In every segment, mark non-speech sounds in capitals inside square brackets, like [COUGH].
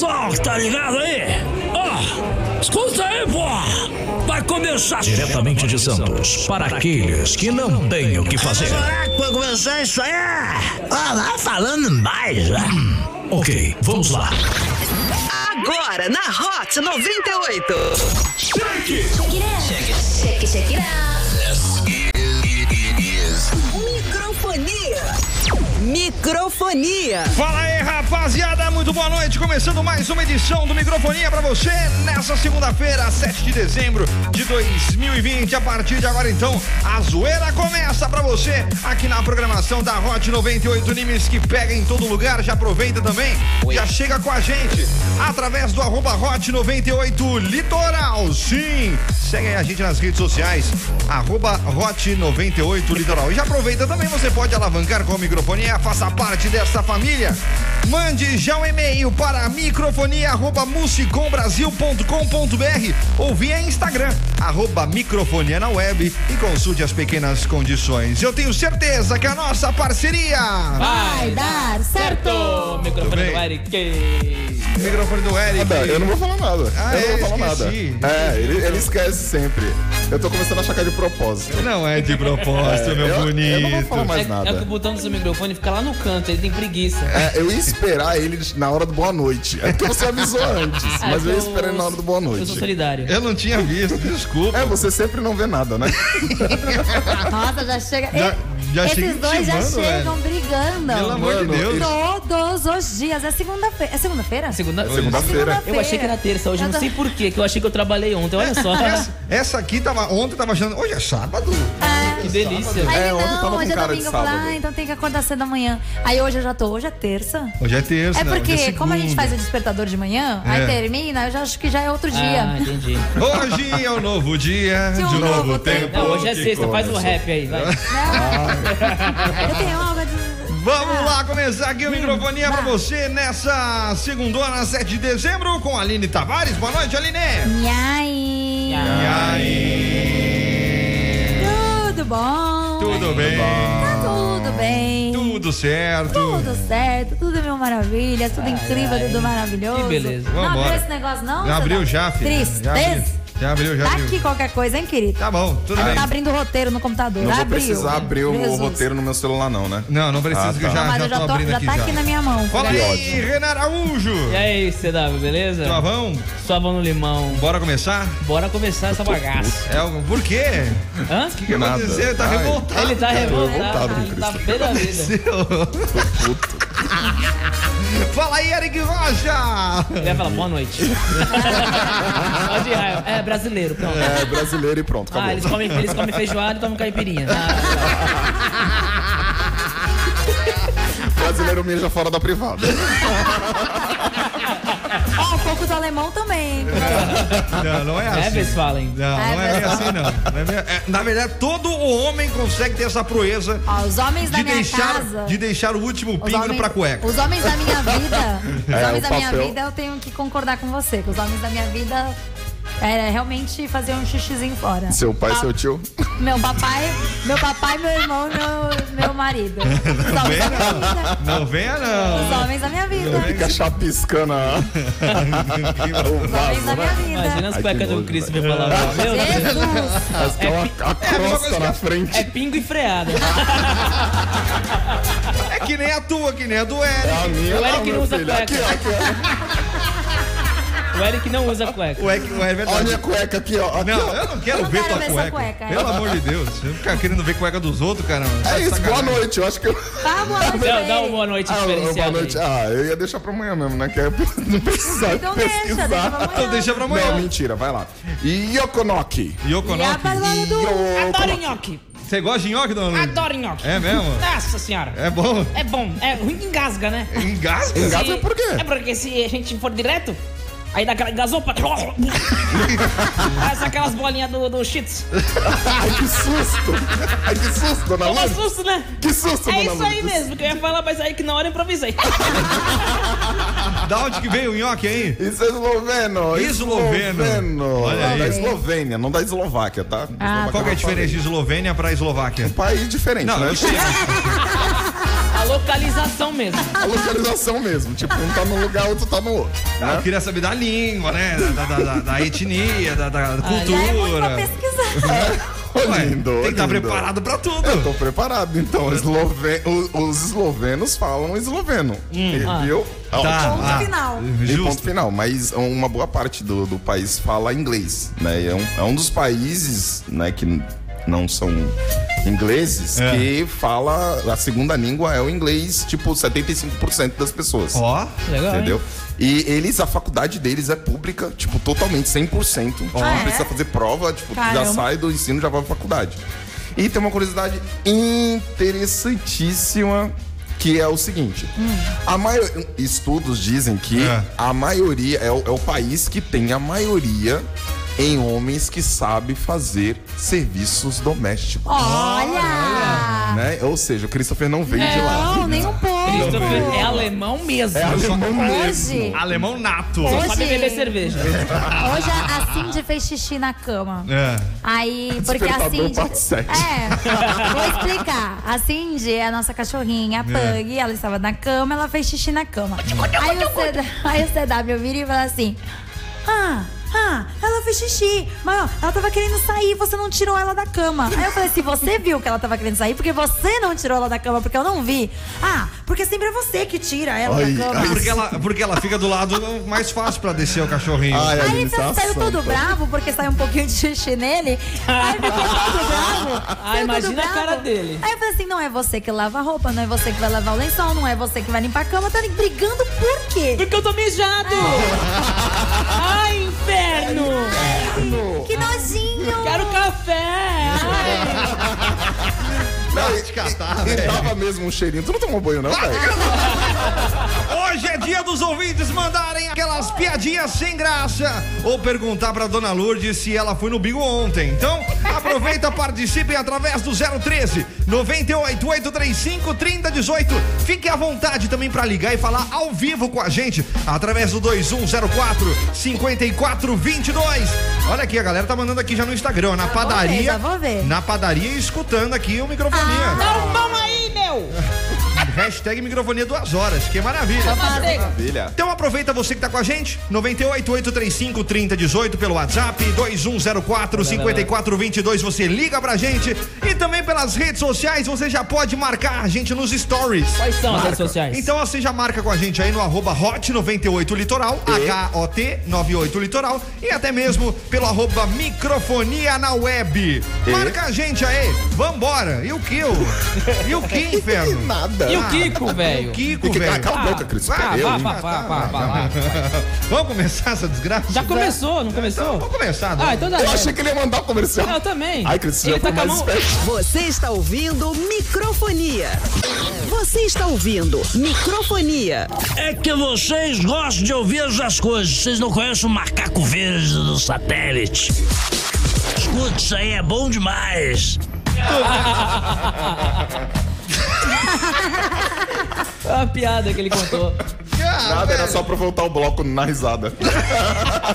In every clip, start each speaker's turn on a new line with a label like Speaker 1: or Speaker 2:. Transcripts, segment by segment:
Speaker 1: rock, tá ligado aí? Ó, escuta aí, pô! Vai começar
Speaker 2: Diretamente de Santos, para aqueles que não têm o que fazer.
Speaker 1: Será que vai começar isso aí? Ó, lá falando mais, né?
Speaker 2: Ok, vamos lá.
Speaker 3: Agora na Hot 98.
Speaker 4: Check, check it out.
Speaker 3: Microfonia. Microfonia.
Speaker 5: Fala aí, rapaziada, muito boa noite. Começando mais uma edição do Microfonia pra você nessa segunda-feira, 7 de dezembro de 2020. A partir de agora, então, a zoeira começa pra você aqui na programação da Hot 98 Nimes, que pega em todo lugar. Já aproveita também, já chega com a gente através do arroba Hot 98 Litoral. Sim, segue aí a gente nas redes sociais, arroba Hot 98 Litoral. E já aproveita também, você pode alavancar com a microfonia, faça parte dessa família. Mande já um e-mail para microfonia@musicombrasil.com.br ou via Instagram arroba microfonia na web e consulte as pequenas condições. Eu tenho certeza que a nossa parceria
Speaker 6: Vai dar certo!
Speaker 5: Tudo
Speaker 6: Microfone
Speaker 5: bem?
Speaker 6: do Eric.
Speaker 5: microfone do Eric.
Speaker 7: Não, eu não vou falar nada.
Speaker 5: Ah,
Speaker 7: eu não
Speaker 5: é,
Speaker 7: vou falar
Speaker 5: esqueci.
Speaker 7: nada. É, ele, ele esquece sempre. Eu tô começando a achar que é de propósito.
Speaker 5: Não é de propósito, meu
Speaker 7: eu, eu não vou
Speaker 5: bonito.
Speaker 7: falar mais
Speaker 6: É, é que o
Speaker 7: nada.
Speaker 6: botão do seu microfone fica lá no canto, ele tem preguiça.
Speaker 7: É, eu ia esperar ele na hora do boa noite. É porque você avisou antes,
Speaker 6: Ah,
Speaker 7: mas eu ia
Speaker 6: sou-
Speaker 7: esperar ele na hora do boa
Speaker 6: Eu sou
Speaker 7: noite.
Speaker 6: solidário.
Speaker 5: Eu não tinha visto, desculpa.
Speaker 7: É, você sempre não vê nada, né?
Speaker 4: Nossa, já chega.
Speaker 5: Já- já
Speaker 4: Esses
Speaker 5: chega
Speaker 4: dois já
Speaker 5: intimando,
Speaker 4: chegam brigando.
Speaker 5: Pelo amor de
Speaker 7: Mano,
Speaker 5: Deus.
Speaker 4: Todos os dias. É segunda-feira. É segunda-feira?
Speaker 6: Segunda...
Speaker 7: Segunda-feira.
Speaker 6: Eu achei que era terça hoje,
Speaker 4: Eu
Speaker 6: não
Speaker 4: tô-
Speaker 6: sei porquê, que eu achei que eu trabalhei ontem, olha
Speaker 4: [LAUGHS]
Speaker 6: só.
Speaker 5: Essa, essa aqui tava ontem tava achando, hoje é sábado.
Speaker 6: que delícia.
Speaker 4: Aí
Speaker 7: É,
Speaker 4: Ah, não,
Speaker 7: ontem tava com
Speaker 4: hoje é
Speaker 7: cara de
Speaker 4: domingo. Eu falo,
Speaker 7: sábado.
Speaker 4: ah, então tem que acordar cedo amanhã. Aí hoje eu já tô. Hoje é terça.
Speaker 5: Hoje é terça.
Speaker 4: É
Speaker 5: não, hoje
Speaker 4: porque, como a gente
Speaker 5: segunda.
Speaker 4: faz o despertador de manhã,
Speaker 5: É.
Speaker 4: aí termina, eu já acho que já é outro
Speaker 6: Ah,
Speaker 4: dia.
Speaker 6: entendi.
Speaker 5: Hoje é o novo dia
Speaker 4: [LAUGHS] De um novo tempo.
Speaker 6: Não, hoje é
Speaker 5: que
Speaker 6: sexta, faz o
Speaker 5: começa.
Speaker 6: rap aí, vai.
Speaker 4: Né? Eu tenho algo de.
Speaker 5: Ah. Vamos
Speaker 4: Ah.
Speaker 5: lá começar aqui o microfonia pra você nessa segundona, 7 de dezembro, com a Aline Tavares. Boa noite, Aline.
Speaker 4: Nhai.
Speaker 5: E aí?
Speaker 4: Tudo bom?
Speaker 5: Tudo bem?
Speaker 4: Tá tudo bem.
Speaker 5: Tudo certo?
Speaker 4: Tudo certo, tudo mil maravilhas, tudo incrível,
Speaker 6: ai.
Speaker 4: tudo maravilhoso.
Speaker 6: Que beleza.
Speaker 4: Não
Speaker 5: Vambora.
Speaker 4: abriu esse negócio, não?
Speaker 5: Já abriu
Speaker 4: Zé?
Speaker 5: já, filho. Já abriu,
Speaker 4: Tristeza.
Speaker 5: já abriu. Já
Speaker 4: Tá
Speaker 5: abriu.
Speaker 4: aqui qualquer coisa, hein, querido?
Speaker 5: Tá bom, tudo bem.
Speaker 4: Tá abrindo o roteiro no computador.
Speaker 7: Não vou
Speaker 4: abriu.
Speaker 7: precisar abrir o
Speaker 4: Jesus.
Speaker 7: roteiro no meu celular, não, né?
Speaker 5: Não, não precisa,
Speaker 7: Ah,
Speaker 5: que eu
Speaker 7: tá.
Speaker 5: já,
Speaker 4: Não, mas
Speaker 5: já,
Speaker 4: eu já,
Speaker 5: tô,
Speaker 4: tô,
Speaker 5: abrindo
Speaker 4: já
Speaker 5: aqui
Speaker 4: tá
Speaker 5: já.
Speaker 4: aqui na minha mão.
Speaker 5: Fala
Speaker 7: Que
Speaker 5: aí,
Speaker 7: ótimo.
Speaker 5: Renan Araújo.
Speaker 6: E aí, CW, beleza?
Speaker 5: Suavão,
Speaker 6: Suavão no limão.
Speaker 5: bora começar?
Speaker 6: Bora começar essa bagaça.
Speaker 5: É, o- por quê?
Speaker 6: Hã?
Speaker 5: O que aconteceu? Ele tá
Speaker 7: Ai.
Speaker 5: revoltado.
Speaker 6: Ele tá revoltado,
Speaker 7: revoltado com
Speaker 6: ele tá
Speaker 7: Cristo.
Speaker 6: pé da vida.
Speaker 5: [LAUGHS] Fala aí, Eric Rocha.
Speaker 6: Ele vai falar, boa [LAUGHS] noite. Só de raiva. É, brasileiro, pronto.
Speaker 7: É brasileiro e pronto,
Speaker 6: Ah,
Speaker 7: acabou.
Speaker 6: eles comem, eles comem feijoada e
Speaker 7: [LAUGHS]
Speaker 6: tomam caipirinha. Ah,
Speaker 7: Brasileiro mija fora da privada.
Speaker 4: Ó, um pouco do alemão também.
Speaker 5: Não, não é
Speaker 6: é, eles falem.
Speaker 5: Não,
Speaker 4: Ah,
Speaker 5: não é
Speaker 4: mas-
Speaker 5: bem assim, não. Não é bem- é, na verdade, todo o homem consegue ter essa proeza
Speaker 4: Ó, os homens da
Speaker 5: de
Speaker 4: minha
Speaker 5: deixar,
Speaker 4: casa.
Speaker 5: de deixar o último
Speaker 4: os
Speaker 5: pingo pra cueca.
Speaker 4: Os homens da
Speaker 5: [LAUGHS]
Speaker 4: minha vida. Os
Speaker 7: É,
Speaker 4: homens
Speaker 7: o
Speaker 4: da minha
Speaker 7: papel.
Speaker 4: vida, eu tenho que concordar com você. Que os homens da minha vida. Era realmente fazer um xixizinho fora.
Speaker 7: Seu pai,
Speaker 4: Ah,
Speaker 7: seu tio.
Speaker 4: Meu papai, meu papai, meu irmão, meu,
Speaker 7: [LAUGHS]
Speaker 4: meu marido. Os homens da minha vida.
Speaker 5: Não venha, não.
Speaker 4: Os homens da minha vida.
Speaker 7: Fica chapiscando a- o
Speaker 4: Os homens
Speaker 7: vaso,
Speaker 4: da minha
Speaker 7: né?
Speaker 4: vida.
Speaker 6: Imagina as
Speaker 7: Ai,
Speaker 6: cuecas
Speaker 7: que
Speaker 6: do
Speaker 7: nojo, É.
Speaker 6: Cris vai falar. Meu Deus.
Speaker 4: Jesus!
Speaker 7: Parece que é uma a crosta
Speaker 5: coisa que
Speaker 7: na
Speaker 5: eu-
Speaker 7: frente.
Speaker 6: É pingo e freada.
Speaker 5: É que nem a tua, que nem a do É Eric.
Speaker 7: A minha,
Speaker 6: O Eric
Speaker 7: ah,
Speaker 6: não
Speaker 7: meu
Speaker 6: usa
Speaker 7: filho. Aqui,
Speaker 6: cueca.
Speaker 7: ó, aqui, ó.
Speaker 6: O Eric não usa cueca.
Speaker 5: O Eric, o Eric
Speaker 7: Ó
Speaker 5: é
Speaker 7: a
Speaker 5: verdade.
Speaker 7: minha cueca aqui, ó. Aqui,
Speaker 5: Não,
Speaker 7: ó.
Speaker 5: eu não quero
Speaker 4: Eu não
Speaker 5: ver
Speaker 4: quero
Speaker 5: tua
Speaker 4: ver
Speaker 5: cueca.
Speaker 4: sua cueca. é.
Speaker 5: Pelo amor de Deus. Você ficar querendo ver cueca dos outros, cara.
Speaker 7: É isso, boa noite. Eu acho que eu.
Speaker 4: Vá, boa noite pra
Speaker 6: Dá, dá uma
Speaker 4: ele.
Speaker 6: boa noite
Speaker 7: Ah, eu- eu- boa
Speaker 6: diferenciada. aí.
Speaker 7: noite. Ah, eu ia deixar pra amanhã mesmo, né? Que é [LAUGHS] não precisar
Speaker 4: Então deixa,
Speaker 7: pesquisar.
Speaker 4: deixa pra amanhã.
Speaker 5: Então deixa pra
Speaker 7: Não,
Speaker 5: amanhã.
Speaker 7: mentira, vai lá. Yokonoki.
Speaker 5: Yoko
Speaker 4: E a
Speaker 5: Noki.
Speaker 4: palavra do...
Speaker 6: Adoro nhoque.
Speaker 5: Você gosta de nhoque, dona Lourdes?
Speaker 6: Adoro nhoque.
Speaker 5: É mesmo?
Speaker 6: Nossa senhora.
Speaker 5: É bom?
Speaker 6: É bom. É ruim que engasga, né?
Speaker 5: Engasga?
Speaker 7: Engasga por quê?
Speaker 6: É porque se a gente for direto, aí dá aquela [LAUGHS] engasopa. Parece aquelas bolinhas do,
Speaker 7: [LAUGHS]
Speaker 6: do Cheetos.
Speaker 7: Ai, que susto. Ai, que susto, dona
Speaker 6: Toma
Speaker 7: Lourdes.
Speaker 6: susto, né?
Speaker 7: Que susto,
Speaker 6: É
Speaker 7: dona
Speaker 6: isso aí
Speaker 7: Lourdes.
Speaker 6: mesmo que eu ia falar, mas aí que na hora eu improvisei. [LAUGHS]
Speaker 5: Da onde que veio o nhoque aí?
Speaker 7: Isso é esloveno.
Speaker 5: Esloveno. Olha
Speaker 7: Olha
Speaker 5: aí.
Speaker 7: Da Eslovênia, não da Eslováquia, tá? Eslováquia
Speaker 5: Qual que é
Speaker 7: eu falei. Um né?
Speaker 5: a [LAUGHS] diferença de Eslovênia pra Eslováquia?
Speaker 7: País diferente,
Speaker 5: Não,
Speaker 7: né?
Speaker 5: eu sei.
Speaker 6: A localização mesmo.
Speaker 7: A localização mesmo. Tipo, um tá num lugar, outro tá no outro.
Speaker 5: Eu queria saber da língua, né? Da, da- da- da etnia, da, da
Speaker 4: Já é muito pra
Speaker 5: cultura.
Speaker 7: [LAUGHS]
Speaker 4: pesquisar.
Speaker 7: Ô,
Speaker 5: Ué,
Speaker 7: lindo,
Speaker 5: tem
Speaker 7: ô,
Speaker 5: que estar
Speaker 7: lindo.
Speaker 5: preparado pra tudo.
Speaker 7: Eu tô preparado, então. Esloven... o- Os eslovenos falam esloveno. E- Viu? Ótimo.
Speaker 5: ah,
Speaker 4: final.
Speaker 7: E
Speaker 5: Hum. Justo.
Speaker 7: ponto final, mas uma boa parte do, do país fala inglês, né? E É um, é um dos países, né, que n- não são ingleses,
Speaker 5: É.
Speaker 7: que fala, a segunda língua é o inglês, tipo, 75% das pessoas.
Speaker 5: Ó,
Speaker 6: Legal, hein?
Speaker 7: Entendeu? E eles, a faculdade deles é pública, tipo, totalmente, 100%. Tipo,
Speaker 4: Ah,
Speaker 7: não
Speaker 4: é?
Speaker 7: precisa fazer prova, tipo, já
Speaker 4: Caramba.
Speaker 7: sai do ensino, já vai pra faculdade. E tem uma curiosidade interessantíssima, que é o seguinte.
Speaker 4: Hum.
Speaker 7: A maior... Estudos dizem que
Speaker 5: É.
Speaker 7: a maioria, é o, é o país que tem a maioria em homens que sabe fazer serviços domésticos.
Speaker 4: Olha!
Speaker 7: Né? Ou seja, o Christopher não veio de lá.
Speaker 4: Ah. Não, nem um pouco.
Speaker 6: Christopher é alemão mesmo.
Speaker 7: alemão
Speaker 4: Hoje,
Speaker 5: alemão nato.
Speaker 4: Hoje-
Speaker 6: Sabe beber cerveja.
Speaker 7: É.
Speaker 4: hoje a a Cindy fez xixi na cama.
Speaker 5: É.
Speaker 4: Aí, porque a
Speaker 7: Despertador
Speaker 4: Cindy.
Speaker 7: parte sete.
Speaker 4: É, vou explicar. A Cindy é a nossa cachorrinha, a Pug, ela estava na cama, ela fez xixi na cama.
Speaker 7: é
Speaker 4: Aí o, C... aí o CW vira e fala assim: Ah, ah, ela fez xixi, mas ela tava querendo sair, você não tirou ela da cama. Aí eu falei: Se você viu que ela tava querendo sair, porque você não tirou ela da cama, porque eu não vi. Ah, porque sempre é você que tira ela
Speaker 7: Ai,
Speaker 4: da cama.
Speaker 7: ai,
Speaker 5: Porque ela, porque ela fica do lado mais fácil pra descer o cachorrinho.
Speaker 7: Ai,
Speaker 4: Aí
Speaker 7: Aline,
Speaker 4: ele
Speaker 7: tá
Speaker 4: saiu todo
Speaker 7: santa.
Speaker 4: bravo porque saiu um pouquinho de xixi nele. Aí ficou todo bravo.
Speaker 6: Ah,
Speaker 4: saiu
Speaker 6: imagina
Speaker 4: todo
Speaker 6: a cara dele.
Speaker 4: Aí eu falei assim: não é você que lava a roupa, não é você que vai lavar o lençol, não é você que vai limpar a cama. Tá brigando por quê?
Speaker 6: Porque eu tô mijado! Ai, inferno!
Speaker 4: Que nojinho!
Speaker 6: Quero café!
Speaker 7: Não, e, e,
Speaker 5: né?
Speaker 7: e tava mesmo um cheirinho. Tu não tomou banho, não,
Speaker 4: Ah,
Speaker 7: velho?
Speaker 5: Hoje é dia dos ouvintes mandarem aquelas piadinhas sem graça ou perguntar pra Dona Lourdes se ela foi no bingo ontem. Então, aproveita, participem através do 013 98835 3018. Fique à vontade também pra ligar e falar ao vivo com a gente através do 2104 5422. Olha aqui, a galera tá mandando aqui já no Instagram, ó, na
Speaker 4: vou ver,
Speaker 5: padaria.
Speaker 4: já vou ver. Ah.
Speaker 5: Na padaria e escutando aqui o microfonia.
Speaker 6: Dá
Speaker 7: Então,
Speaker 6: um pão aí, meu!
Speaker 5: Hashtag microfonia duas horas, que maravilha.
Speaker 6: Manteiga.
Speaker 7: Maravilha.
Speaker 5: Então aproveita você que tá com a gente, 988353018 pelo WhatsApp, 2104-5422, você liga pra gente e também pelas redes sociais, você já pode marcar a gente nos stories.
Speaker 6: Quais são as redes sociais?
Speaker 5: Então você já marca com a gente aí no arroba hot 98 litoral, H-O-T 98 litoral e até mesmo pelo arroba microfonia na web. Marca a gente aí, vambora. E o que? E o que,
Speaker 7: E [LAUGHS]
Speaker 5: inferno?
Speaker 7: nada.
Speaker 6: e o
Speaker 7: Ah,
Speaker 6: Kiko, velho?
Speaker 5: Kiko,
Speaker 7: Fica-
Speaker 5: velho.
Speaker 7: Cala a boca, Cris.
Speaker 6: Vá,
Speaker 7: Eu,
Speaker 6: vá,
Speaker 7: hein?
Speaker 6: vá, vá, vá, vá, vá.
Speaker 5: [LAUGHS] Vamos começar essa desgraça?
Speaker 6: Já começou, não começou?
Speaker 5: Vamos começar, né?
Speaker 6: Ah, então dá
Speaker 7: Eu
Speaker 6: certo.
Speaker 7: achei que ele ia mandar o comercial.
Speaker 6: Eu também.
Speaker 7: Ai, Cris, você
Speaker 6: Ele
Speaker 7: já foi
Speaker 6: tá com a
Speaker 7: mais
Speaker 6: mão-
Speaker 7: esperto.
Speaker 3: Você está ouvindo microfonia. Você está ouvindo microfonia.
Speaker 1: É que vocês gostam de ouvir essas coisas. Vocês não conhecem o macaco verde do satélite. Escute, isso aí é bom demais.
Speaker 6: Olha [LAUGHS] a piada que ele contou.
Speaker 5: Ah,
Speaker 7: Nada, era só pra voltar o bloco na risada.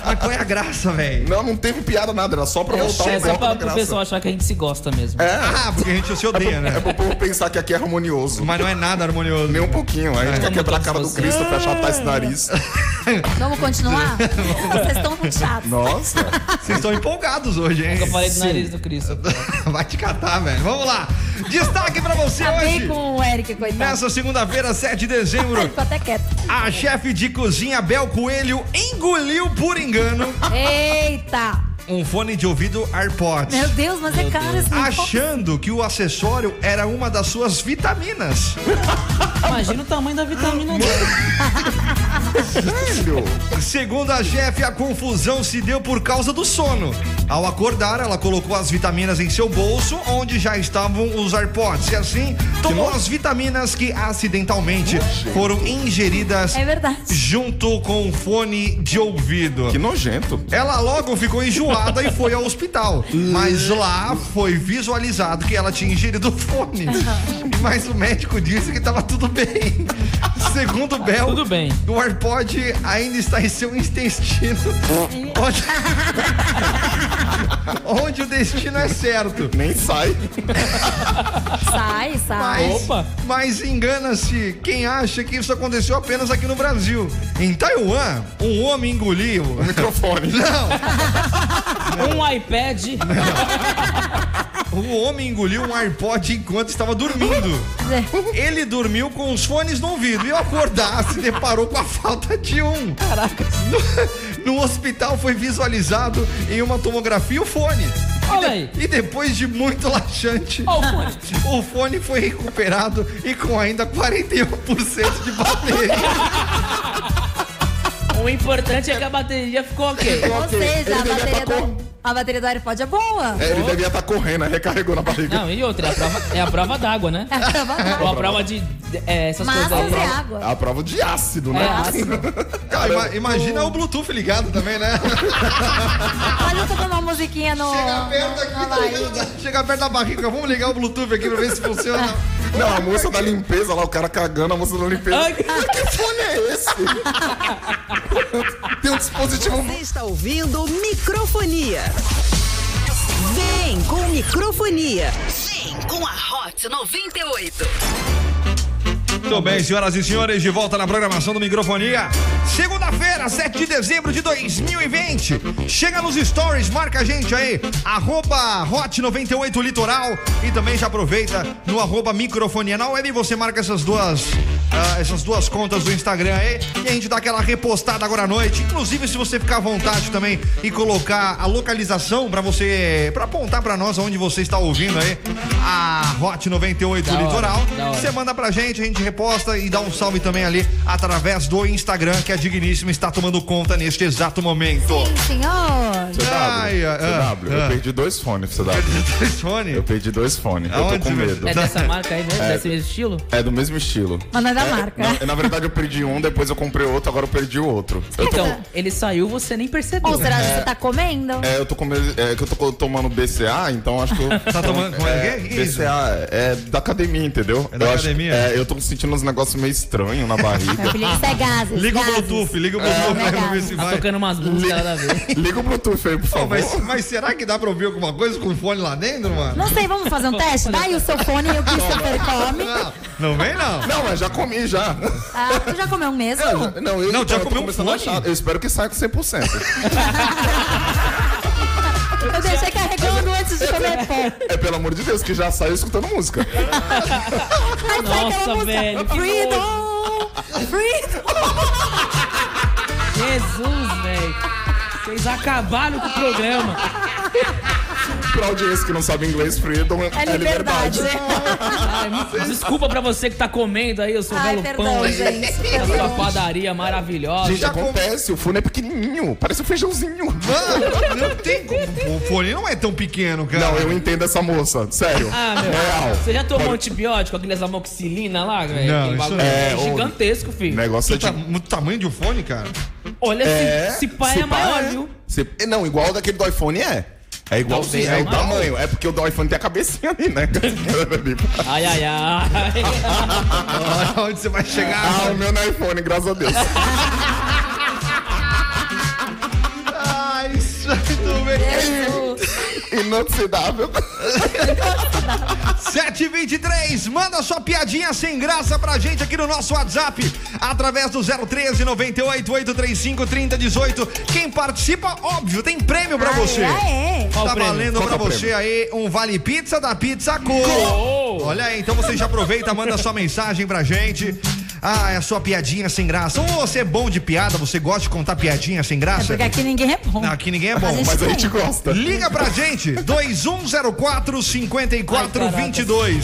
Speaker 5: Mas qual é a graça, velho?
Speaker 7: Não, não teve piada, nada. Era só pra voltar
Speaker 6: É
Speaker 7: o
Speaker 6: só
Speaker 7: bloco na
Speaker 6: pra, pro pessoal
Speaker 7: graça.
Speaker 6: achar que a gente se gosta mesmo.
Speaker 5: Ah, porque a gente se
Speaker 7: É,
Speaker 5: odeia,
Speaker 7: é
Speaker 5: né?
Speaker 7: pro povo pensar que aqui é harmonioso.
Speaker 5: Mas não é nada harmonioso.
Speaker 7: Nem um pouquinho. Aí a gente quer quebrar a cara do
Speaker 6: vocês.
Speaker 7: Cristo pra achatar esse nariz.
Speaker 4: Vamos continuar? Vocês estão muito chatos.
Speaker 7: Nossa.
Speaker 5: Vocês estão empolgados hoje, hein?
Speaker 6: Eu falei do nariz do Cristo.
Speaker 5: [LAUGHS] Vai te catar, velho. Vamos lá. Destaque pra você
Speaker 4: Acabei
Speaker 5: hoje.
Speaker 4: com o Eric, coitado.
Speaker 5: Nessa segunda-feira, 7 de dezembro,
Speaker 4: Ficou até quieto.
Speaker 5: a chefe de cozinha Bel Coelho engoliu por engano
Speaker 4: Eita!
Speaker 5: um fone de ouvido AirPods.
Speaker 4: Meu Deus, mas é caro esse negócio.
Speaker 5: Achando que o acessório era uma das suas vitaminas.
Speaker 6: Imagina o tamanho da
Speaker 7: [LAUGHS]
Speaker 6: vitamina D.
Speaker 7: Filho.
Speaker 5: Segundo a chefe, a confusão se deu por causa do sono. Ao acordar, ela colocou as vitaminas em seu bolso, onde já estavam os AirPods. E assim, tomou as vitaminas que acidentalmente foram ingeridas
Speaker 4: É verdade.
Speaker 5: junto com o fone de ouvido.
Speaker 7: Que nojento.
Speaker 5: Ela logo ficou enjoada e foi ao hospital. Mas lá foi visualizado que ela tinha ingerido o fone. Mas o médico disse que estava tudo bem. Segundo Bel,
Speaker 6: Tá tudo bem.
Speaker 5: o AirPod ainda está em seu intestino. Onde... [LAUGHS] onde o destino é certo.
Speaker 7: Nem sai.
Speaker 4: Sai, sai.
Speaker 5: Mas,
Speaker 6: Opa.
Speaker 5: mas engana-se quem acha que isso aconteceu apenas aqui no Brasil. Em Taiwan, um homem engoliu.
Speaker 7: Microfone.
Speaker 6: Um iPad.
Speaker 5: O homem engoliu um iPod enquanto estava dormindo.
Speaker 6: É.
Speaker 5: Ele dormiu com os fones no ouvido e ao acordar se deparou com a falta de um. Caraca. No, no hospital foi visualizado em uma tomografia o fone.
Speaker 6: Olha aí.
Speaker 5: E depois de muito laxante,
Speaker 6: Olha o
Speaker 5: [LAUGHS]
Speaker 6: fone.
Speaker 5: o fone foi recuperado e com ainda 41% de bateria.
Speaker 6: O importante é que a bateria ficou ok.
Speaker 4: Ou seja,
Speaker 7: É,
Speaker 4: a
Speaker 7: Ele devia
Speaker 4: bateria,
Speaker 7: tá com-
Speaker 4: do, a bateria do AirPod é boa. [LAUGHS]
Speaker 7: É, ele devia estar correndo, aí recarregou na barriga.
Speaker 6: Não, e outra, é a prova, é a prova d'água, né?
Speaker 4: É a prova
Speaker 6: Ou a
Speaker 4: d'água.
Speaker 6: prova de. é, essas
Speaker 4: Massas
Speaker 6: coisas
Speaker 4: e
Speaker 6: aí.
Speaker 4: água.
Speaker 7: É A prova de ácido, né?
Speaker 6: É ácido.
Speaker 5: Ah,
Speaker 7: Cara,
Speaker 5: ima- imagina o Bluetooth ligado também, né?
Speaker 4: Olha, eu tô dando uma musiquinha no.
Speaker 5: Chega perto
Speaker 4: na
Speaker 5: aqui, tá
Speaker 4: barriga.
Speaker 5: ligado? chega perto da barriga. Vamos ligar o Bluetooth aqui pra ver se funciona.
Speaker 7: Não, a moça da limpeza lá, o cara cagando, a moça da limpeza.
Speaker 6: Ai.
Speaker 7: Que fone é esse? Tem um dispositivo
Speaker 3: Você está ouvindo Microfonia. Vem com Microfonia.
Speaker 8: Vem com a Hot 98.
Speaker 5: Muito bem, senhoras e senhores, de volta na programação do Microfonia. Segunda-feira, 7 de dezembro de 2020. Chega nos stories, marca a gente aí, arroba hot98 litoral e também já aproveita no arroba microfonia na web e você marca essas duas, ah, essas duas contas do Instagram aí e a gente dá aquela repostada agora à noite. Inclusive, se você ficar à vontade também e colocar a localização pra você, pra apontar pra nós onde você está ouvindo aí, a Hot 98
Speaker 6: hora,
Speaker 5: Litoral,
Speaker 6: da hora.
Speaker 5: você você manda pra gente, a gente reposta e dá um salve também ali através do Instagram que a Digníssima está tomando conta neste exato momento.
Speaker 4: Sim, senhor.
Speaker 7: CW.
Speaker 5: Ai, ai,
Speaker 7: CW,
Speaker 5: ah,
Speaker 7: eu
Speaker 5: ah.
Speaker 7: perdi dois fones, CW.
Speaker 5: Sony.
Speaker 7: Eu perdi dois fones, eu
Speaker 5: Aonde
Speaker 7: tô com
Speaker 5: você-
Speaker 7: medo.
Speaker 6: É dessa marca aí, né? Desse mesmo estilo?
Speaker 7: É do mesmo estilo.
Speaker 4: Mas não é da
Speaker 7: É,
Speaker 4: marca.
Speaker 7: Na, na verdade, eu perdi um, depois eu comprei outro, agora eu perdi o outro. Eu tô,
Speaker 6: Então, ele saiu, você nem percebeu. né?
Speaker 4: Ou será que você tá comendo?
Speaker 7: é, eu tô com medo, é que eu tô co- tomando BCA, então acho que eu.
Speaker 5: Tá tomando- como é
Speaker 7: é,
Speaker 5: que é? Que isso?
Speaker 7: BCA é da academia, entendeu?
Speaker 5: É da
Speaker 7: Eu acho-
Speaker 5: academia?
Speaker 7: é, eu tô sentindo uns negócios meio estranhos na barriga.
Speaker 4: [LAUGHS] Meu filho, isso é gases.
Speaker 5: Liga o
Speaker 4: gases.
Speaker 5: Bluetooth, liga o Bluetooth
Speaker 4: É,
Speaker 5: aí pra ver
Speaker 4: verdade.
Speaker 5: se
Speaker 6: Tá
Speaker 5: vai.
Speaker 6: tocando umas músicas nada
Speaker 7: [LAUGHS]
Speaker 6: a ver.
Speaker 7: Liga o Bluetooth aí, por
Speaker 5: Pô,
Speaker 7: favor.
Speaker 5: mas, mas será que dá pra ouvir alguma coisa com o fone lá dentro, mano?
Speaker 4: Não sei, vamos fazer um teste? Dá aí o seu fone e o Christopher come.
Speaker 5: Não, não vem não.
Speaker 7: Não, mas já comi já.
Speaker 4: Ah, tu já comeu um mesmo?
Speaker 7: É, já- não, eu
Speaker 5: Não, já
Speaker 7: eu tô
Speaker 5: comeu um
Speaker 7: começando a
Speaker 5: fone?
Speaker 7: achar. Eu espero que saia com 100%.
Speaker 4: Eu deixei carregando antes de comer pão.
Speaker 7: é pelo amor de Deus, que já saiu escutando música.
Speaker 4: Aí sai
Speaker 6: Nossa,
Speaker 4: aquela
Speaker 6: velho,
Speaker 4: música.
Speaker 6: que
Speaker 4: Freedom! Freedom!
Speaker 6: Jesus, velho. Vocês acabaram com o programa.
Speaker 7: [LAUGHS] pra audiência que não sabe inglês, freedom é,
Speaker 4: É liberdade.
Speaker 6: Desculpa pra você que tá comendo aí, eu sou é o
Speaker 4: Ai,
Speaker 6: Belo
Speaker 4: perdão,
Speaker 6: Pão aí.
Speaker 4: gente,
Speaker 6: Da sua padaria
Speaker 7: [LAUGHS]
Speaker 6: maravilhosa.
Speaker 7: Gente, acontece, o fone é pequenininho, parece um feijãozinho.
Speaker 5: Mano, Ah, não tem como. O fone não é tão pequeno, cara.
Speaker 7: Não, eu entendo essa moça, sério.
Speaker 6: Ah, meu.
Speaker 7: Real.
Speaker 6: Você já tomou antibiótico, aqueles amoxicilina lá, velho?
Speaker 5: Não,
Speaker 6: Aquele
Speaker 5: isso
Speaker 6: bagulho
Speaker 5: não.
Speaker 6: é,
Speaker 7: É, ô,
Speaker 6: gigantesco,
Speaker 7: O
Speaker 6: filho.
Speaker 7: negócio é
Speaker 5: Tu tá,
Speaker 7: de...
Speaker 5: o tamanho de um fone, cara.
Speaker 6: Olha,
Speaker 7: É,
Speaker 6: se, se pai
Speaker 7: se
Speaker 6: é maior,
Speaker 7: é.
Speaker 6: viu?
Speaker 7: Se- é, Não, igual o daquele do iPhone é. É igual
Speaker 6: Talvez
Speaker 7: sim, é o
Speaker 6: maior.
Speaker 7: tamanho. É porque o do iPhone tem a cabecinha ali,
Speaker 5: [LAUGHS]
Speaker 7: né?
Speaker 6: Ai, ai, ai.
Speaker 5: Olha onde você vai chegar.
Speaker 7: ah,
Speaker 5: mano.
Speaker 7: o meu não é iPhone, graças a
Speaker 5: [LAUGHS]
Speaker 7: Deus.
Speaker 5: Ai, [LAUGHS] tudo bem.
Speaker 7: Inoxidável.
Speaker 5: 723, manda sua piadinha sem graça pra gente aqui no nosso WhatsApp, através do 013 98 835 3018. Quem participa, óbvio, tem prêmio pra você.
Speaker 4: Aê, aê.
Speaker 6: Qual
Speaker 5: Tá
Speaker 6: o prêmio?
Speaker 5: valendo
Speaker 7: Qual
Speaker 5: pra
Speaker 7: que é o
Speaker 5: você
Speaker 7: prêmio?
Speaker 5: aí um Vale Pizza da Pizza Co.
Speaker 6: Co.
Speaker 5: Olha aí, então você já aproveita, manda sua mensagem pra gente. Ah, é a sua piadinha sem graça. Ou você é bom de piada, você gosta de contar piadinha sem
Speaker 4: É
Speaker 5: graça?
Speaker 4: porque aqui ninguém é bom.
Speaker 5: Não, aqui ninguém é
Speaker 4: A
Speaker 5: bom.
Speaker 4: gente
Speaker 7: Mas a
Speaker 4: tem.
Speaker 7: gente gosta.
Speaker 5: Liga pra gente, 2104 5422.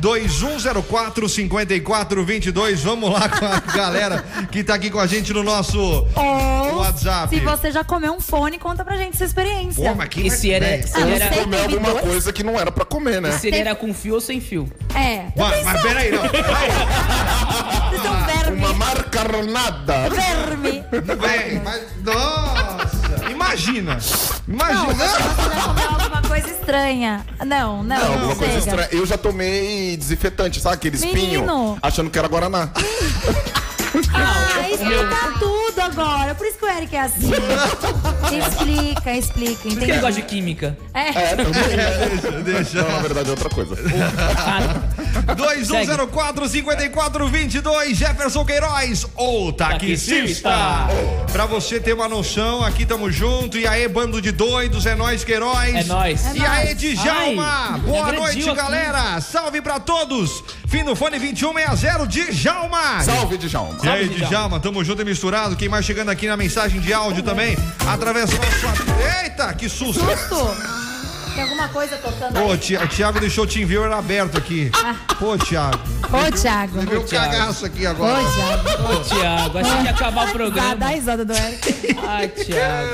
Speaker 5: 2104 5422. Vamos lá com a galera que tá aqui com a gente no nosso
Speaker 4: Ou,
Speaker 5: WhatsApp.
Speaker 4: É, se você já comeu um fone, conta pra gente sua experiência.
Speaker 5: Pô, mas quem
Speaker 6: E
Speaker 5: vai-
Speaker 6: se
Speaker 5: Véi,
Speaker 6: era, se
Speaker 4: Ah, não
Speaker 6: ele era,
Speaker 4: sei.
Speaker 7: Comer
Speaker 4: teve
Speaker 7: alguma
Speaker 4: dois?
Speaker 7: coisa que não era pra comer, né?
Speaker 6: se ele era com fio ou sem fio?
Speaker 4: É.
Speaker 5: Mas, mas peraí, não. Vai,
Speaker 4: Vocês são é um verme. Um
Speaker 7: Uma macarronada.
Speaker 4: Verme.
Speaker 5: véi, mas- nossa. Imagina. Imagina.
Speaker 4: Você já comeu alguma coisa estranha. Não, não.
Speaker 7: Não, né? alguma coisa
Speaker 4: chega.
Speaker 7: estranha. Eu já tomei desinfetante, sabe? Aquele espinho.
Speaker 4: Menino.
Speaker 7: Achando que era Guaraná.
Speaker 4: Ah, explica tudo agora. Por isso que o Eric é assim. explica, explica,
Speaker 6: Por que ele
Speaker 4: entendeu?
Speaker 6: gosta de química?
Speaker 4: É.
Speaker 5: Deixa, deixa.
Speaker 7: Não, na verdade é outra coisa.
Speaker 5: Ah. 2104-5422, Jefferson Queiroz, o taxista. Pra você ter uma noção, aqui tamo junto. E aí, bando de doidos, é nóis, Queiroz.
Speaker 6: É nóis.
Speaker 5: E aí, Djalma,
Speaker 6: Ai,
Speaker 5: boa
Speaker 6: me agrediu
Speaker 5: noite,
Speaker 6: aqui.
Speaker 5: galera. Salve pra todos. Fim do fone 2160, Djalma.
Speaker 7: Salve, Djalma.
Speaker 5: E aí,
Speaker 6: Djalma.
Speaker 5: Djalma, tamo junto e misturado. Quem mais chegando aqui na mensagem de áudio também, através do nosso... Eita, que susto.
Speaker 4: Justo. Tem alguma coisa tocando
Speaker 5: Pô,
Speaker 4: aí?
Speaker 5: Thi- o Thiago deixou o TeamViewer aberto aqui.
Speaker 6: Ah.
Speaker 5: Pô, Thiago.
Speaker 4: Ô, Thiago.
Speaker 5: Meu
Speaker 6: Thiago.
Speaker 5: cagaço aqui
Speaker 4: Ô,
Speaker 5: agora.
Speaker 4: Thiago.
Speaker 6: Ô, Thiago, achei que ia acabar o
Speaker 4: Dá, dá a
Speaker 6: programa.
Speaker 4: risada do Eric.
Speaker 6: Ai, Thiago.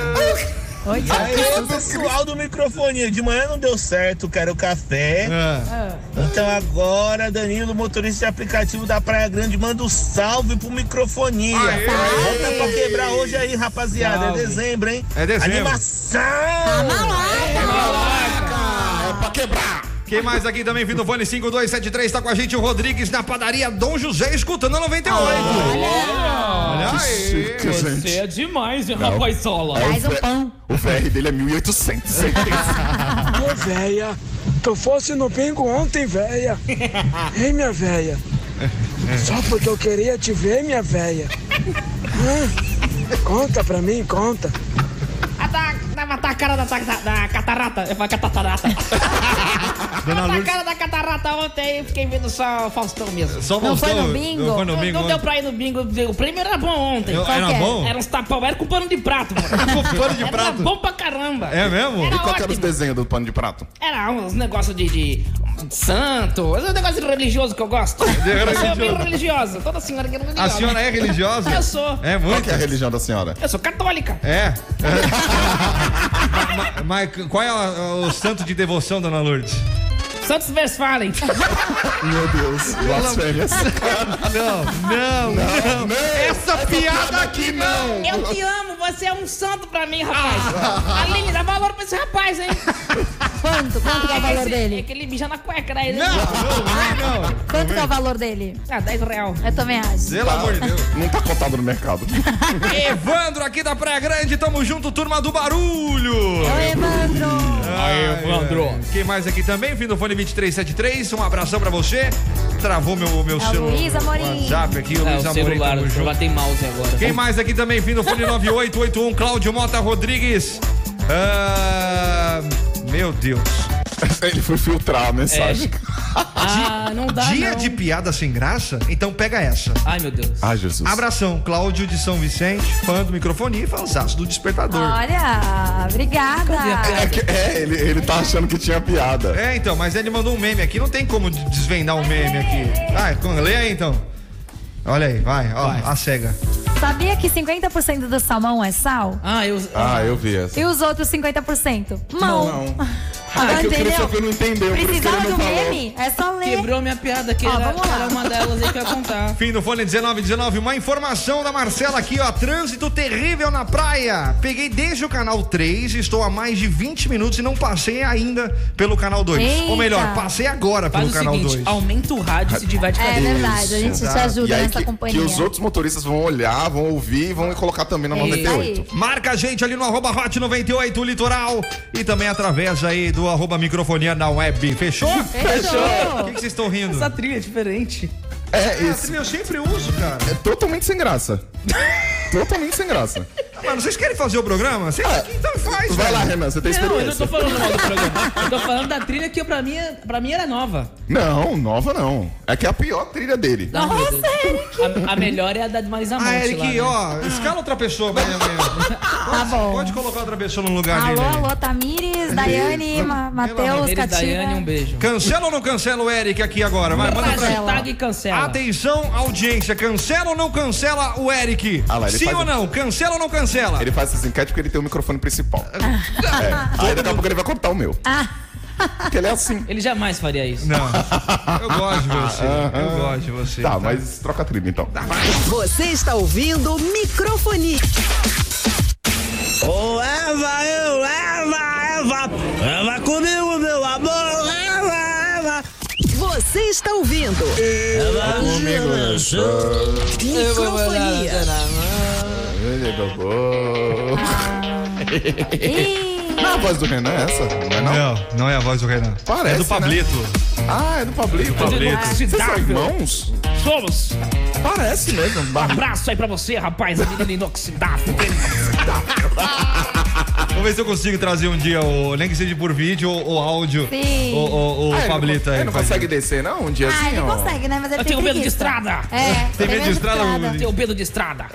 Speaker 4: Ô,
Speaker 7: é
Speaker 4: Thiago.
Speaker 9: Pessoal do microfonia, de manhã não deu certo, cara, o café.
Speaker 5: É.
Speaker 9: Então agora, Danilo, motorista de aplicativo da Praia Grande, manda um salve pro microfonia.
Speaker 5: Aê!
Speaker 9: Volta pra quebrar hoje aí, rapaziada.
Speaker 6: Salve.
Speaker 9: É dezembro, hein?
Speaker 5: É dezembro.
Speaker 9: Animação!
Speaker 5: Quem mais aqui também, vindo fone 5273, tá com a gente o Rodrigues na padaria Dom José, escutando a 98. Olha aí.
Speaker 7: Que
Speaker 6: Você
Speaker 7: gente.
Speaker 6: é demais, meu rapazola.
Speaker 4: Traz um pão.
Speaker 7: O VR dele é 1800, certeza.
Speaker 4: [LAUGHS]
Speaker 9: Ah,
Speaker 10: Ô, véia, tu fosse no bingo ontem, véia. Ei, minha véia. Só porque eu queria te ver, minha véia. Hã? Conta pra mim, conta.
Speaker 6: Ah, tá, tá, matar a cara da, da, da catarata. Eu falo é catarata.
Speaker 5: Dona
Speaker 6: Matar a
Speaker 5: Lourdes.
Speaker 6: cara da catarata ontem aí, fiquei vendo só o Faustão mesmo.
Speaker 5: Só
Speaker 4: Não foi
Speaker 5: Faustão,
Speaker 4: no bingo?
Speaker 5: Não foi no
Speaker 6: Não,
Speaker 5: bingo.
Speaker 6: não deu pra ir no bingo. O prêmio era bom ontem.
Speaker 5: Eu- Era
Speaker 4: que é?
Speaker 5: bom? [LAUGHS]
Speaker 6: Era uns tapão, era com pano de prato, mano.
Speaker 5: Com pano de
Speaker 6: Era
Speaker 5: prato.
Speaker 6: bom pra caramba.
Speaker 5: É mesmo?
Speaker 6: Era
Speaker 7: E qual que era os
Speaker 6: ótimo.
Speaker 7: desenhos do pano de prato?
Speaker 6: Era uns negócios de, de santo, é um negócio religioso que eu gosto. eu sou bem religiosa, toda senhora que é religiosa.
Speaker 5: A senhora é religiosa?
Speaker 6: Eu sou.
Speaker 5: É
Speaker 7: Qual
Speaker 5: muito.
Speaker 7: que é a religião da senhora?
Speaker 6: Eu sou católica.
Speaker 5: É. [LAUGHS] Ma- Mas qual é a- o santo de devoção, Dona Lourdes?
Speaker 6: Santos Westfalen.
Speaker 7: Meu Deus, blasfêmias.
Speaker 5: Não, não, não. Essa piada aqui não.
Speaker 6: [LAUGHS] Eu te amo, você é um santo pra mim,
Speaker 5: Ah.
Speaker 6: rapaz. Aline, dá valor pra esse rapaz, hein?
Speaker 4: Quanto? Quanto que é o valor
Speaker 6: Esse- É
Speaker 4: dele?
Speaker 6: que ele mija na cueca, né? Ele-
Speaker 5: Não, não, não.
Speaker 4: Quanto que é o valor dele?
Speaker 6: Ah, 10 real.
Speaker 4: Eu também acho.
Speaker 5: Pelo amor de Deus.
Speaker 7: Não tá contado no mercado.
Speaker 5: [LAUGHS] Evandro aqui da Praia Grande, tamo junto, turma do barulho.
Speaker 4: Oi, Evandro.
Speaker 5: Aí, Evandro. Quem mais aqui também? Fim do fone 2373, um abração pra você. Travou meu, meu
Speaker 4: É o
Speaker 5: celular.
Speaker 4: Luiz Amorim.
Speaker 5: WhatsApp aqui, o
Speaker 6: É,
Speaker 5: Luiz
Speaker 6: o
Speaker 5: Amorim,
Speaker 6: celular,
Speaker 5: tamo junto.
Speaker 6: lá tem mouse agora.
Speaker 5: Quem mais aqui também? Fim do fone 9881, Cláudio Mota Rodrigues. Ah, meu Deus.
Speaker 7: Ele foi filtrar a mensagem.
Speaker 6: Ah, não dá,
Speaker 5: Dia
Speaker 6: não.
Speaker 5: de piada sem graça? Então pega essa.
Speaker 6: Ai, meu
Speaker 4: É.
Speaker 6: Deus.
Speaker 7: Ah, Jesus.
Speaker 5: Abração, Cláudio de São Vicente, fã do microfone e fãzaço do despertador.
Speaker 4: Olha, obrigada.
Speaker 7: É, que- é, ele, ele tá achando que tinha piada.
Speaker 5: É, então, mas ele mandou um meme aqui, não tem como desvendar um meme aqui. Ah, com- lê aí então. Olha aí, vai, ó, a cega.
Speaker 4: Sabia que 50% do salmão é sal?
Speaker 6: Ah, eu...
Speaker 7: Ah, eu vi essa.
Speaker 4: E os outros 50%? Mão.
Speaker 7: Não.
Speaker 4: Agora
Speaker 7: É que eu queria
Speaker 4: Ah, entendeu?
Speaker 7: só que eu não entendeu, por isso que ele
Speaker 4: Precisava
Speaker 7: não
Speaker 4: do
Speaker 7: falou.
Speaker 4: meme? É só ler.
Speaker 6: Quebrou minha piada, que
Speaker 4: Ó,
Speaker 6: era,
Speaker 4: vamos lá.
Speaker 6: era uma delas aí que eu ia contar.
Speaker 5: Fim do fone 1919, uma informação da Marcela aqui, ó. Trânsito terrível na praia. Peguei desde o canal 3, estou há mais de 20 minutos e não passei ainda pelo canal 2. Ou
Speaker 4: Eita.
Speaker 5: melhor, passei agora
Speaker 6: Faz
Speaker 5: pelo
Speaker 6: o
Speaker 5: canal
Speaker 6: seguinte,
Speaker 5: 2.
Speaker 6: aumenta o rádio e se diverte com a
Speaker 4: É
Speaker 6: gente.
Speaker 4: verdade, a gente te
Speaker 7: E
Speaker 4: ajuda
Speaker 7: aí
Speaker 4: nessa
Speaker 7: que,
Speaker 4: companhia.
Speaker 7: que os outros motoristas vão olhar, vão ouvir e vão colocar também na
Speaker 4: É Isso
Speaker 7: 98.
Speaker 4: aí.
Speaker 5: Marca a gente ali no arroba hot 98 litoral e também através aí do arroba microfonia na web. Fechou?
Speaker 4: Fechou. Então,
Speaker 5: O que que vocês estão rindo?
Speaker 6: Essa trilha é diferente.
Speaker 7: É,
Speaker 5: Ah,
Speaker 7: isso.
Speaker 5: trilha eu sempre uso, cara.
Speaker 7: É totalmente sem graça.
Speaker 5: [LAUGHS]
Speaker 7: totalmente sem graça.
Speaker 5: Mano, vocês querem fazer o programa? Vocês
Speaker 7: Ah,
Speaker 5: então faz,
Speaker 7: Vai
Speaker 5: velho.
Speaker 7: lá, Renan, você tem
Speaker 6: Não, eu não
Speaker 7: experiência.
Speaker 6: tô falando mal do programa. Eu tô falando da trilha que eu, pra, mim, é, pra mim era nova.
Speaker 7: Não, nova não. É que é a pior trilha dele.
Speaker 6: Não, meu Deus. A, a melhor é a da Marisa Monte
Speaker 5: Ah,
Speaker 6: lá,
Speaker 5: Eric,
Speaker 6: né?
Speaker 5: ó, escala outra pessoa pra mim amanhã.
Speaker 4: Tá bom.
Speaker 5: Pode colocar outra pessoa no lugar
Speaker 4: Alô,
Speaker 5: dele. aí.
Speaker 4: alô, Tamires, Daiane, Ma- Matheus,
Speaker 6: Eles, Daiane, um
Speaker 4: Catina.
Speaker 6: beijo.
Speaker 5: Cancela ou não cancela o Eric aqui agora? Vai, manda pra Ah,
Speaker 6: Hashtag cancela.
Speaker 5: Atenção, audiência, cancela ou não cancela o Eric?
Speaker 7: Ah lá, ele
Speaker 5: Sim
Speaker 7: faz-
Speaker 5: ou não? Cancela ou não cancela?
Speaker 7: Ele faz essa enquete porque ele tem o microfone principal.
Speaker 4: Ah.
Speaker 7: É. Aí daqui a pouco ele vai cortar o meu. Porque ele é assim.
Speaker 6: Ele jamais faria isso.
Speaker 5: Não. Eu gosto de você.
Speaker 7: [LAUGHS]
Speaker 5: Eu gosto de você.
Speaker 7: Tá, mas troca a trilha então.
Speaker 3: Você está ouvindo microfonia.
Speaker 1: Ô, Eva, eu, Eva, Eva. Eva comigo, meu amor. Eva, Eva.
Speaker 3: Você está ouvindo
Speaker 1: Eva comigo, meu senhor.
Speaker 3: microfonia.
Speaker 7: chegou. Não é a voz do Renan essa? Não é não?
Speaker 5: Não, não é a voz do Renan.
Speaker 7: Parece,
Speaker 5: É do
Speaker 7: né?
Speaker 5: Pablito.
Speaker 7: Ah, é do Pablito.
Speaker 5: Pablito.
Speaker 7: Vocês são irmãos?
Speaker 6: Somos! Um
Speaker 7: Parece mesmo.
Speaker 5: Ah.
Speaker 7: Ah,
Speaker 6: Abraço aí pra você, rapaz, a menina inoxidável.
Speaker 5: Vamos ver se eu consigo trazer um dia, o, nem que seja por vídeo ou, ou áudio,
Speaker 4: Sim.
Speaker 5: o, o, o
Speaker 7: Ah, ele não-
Speaker 5: Pablito aí.
Speaker 7: Ele não
Speaker 5: faz-
Speaker 7: consegue descer, não? Um dia assim,
Speaker 4: Ah, ele
Speaker 7: ó.
Speaker 4: consegue, né? Mas ele
Speaker 6: Eu
Speaker 4: tem
Speaker 6: tenho medo de
Speaker 4: preguiça.
Speaker 6: estrada.
Speaker 4: É.
Speaker 5: Tem medo de estrada, Luiz?
Speaker 6: Tenho medo de estrada.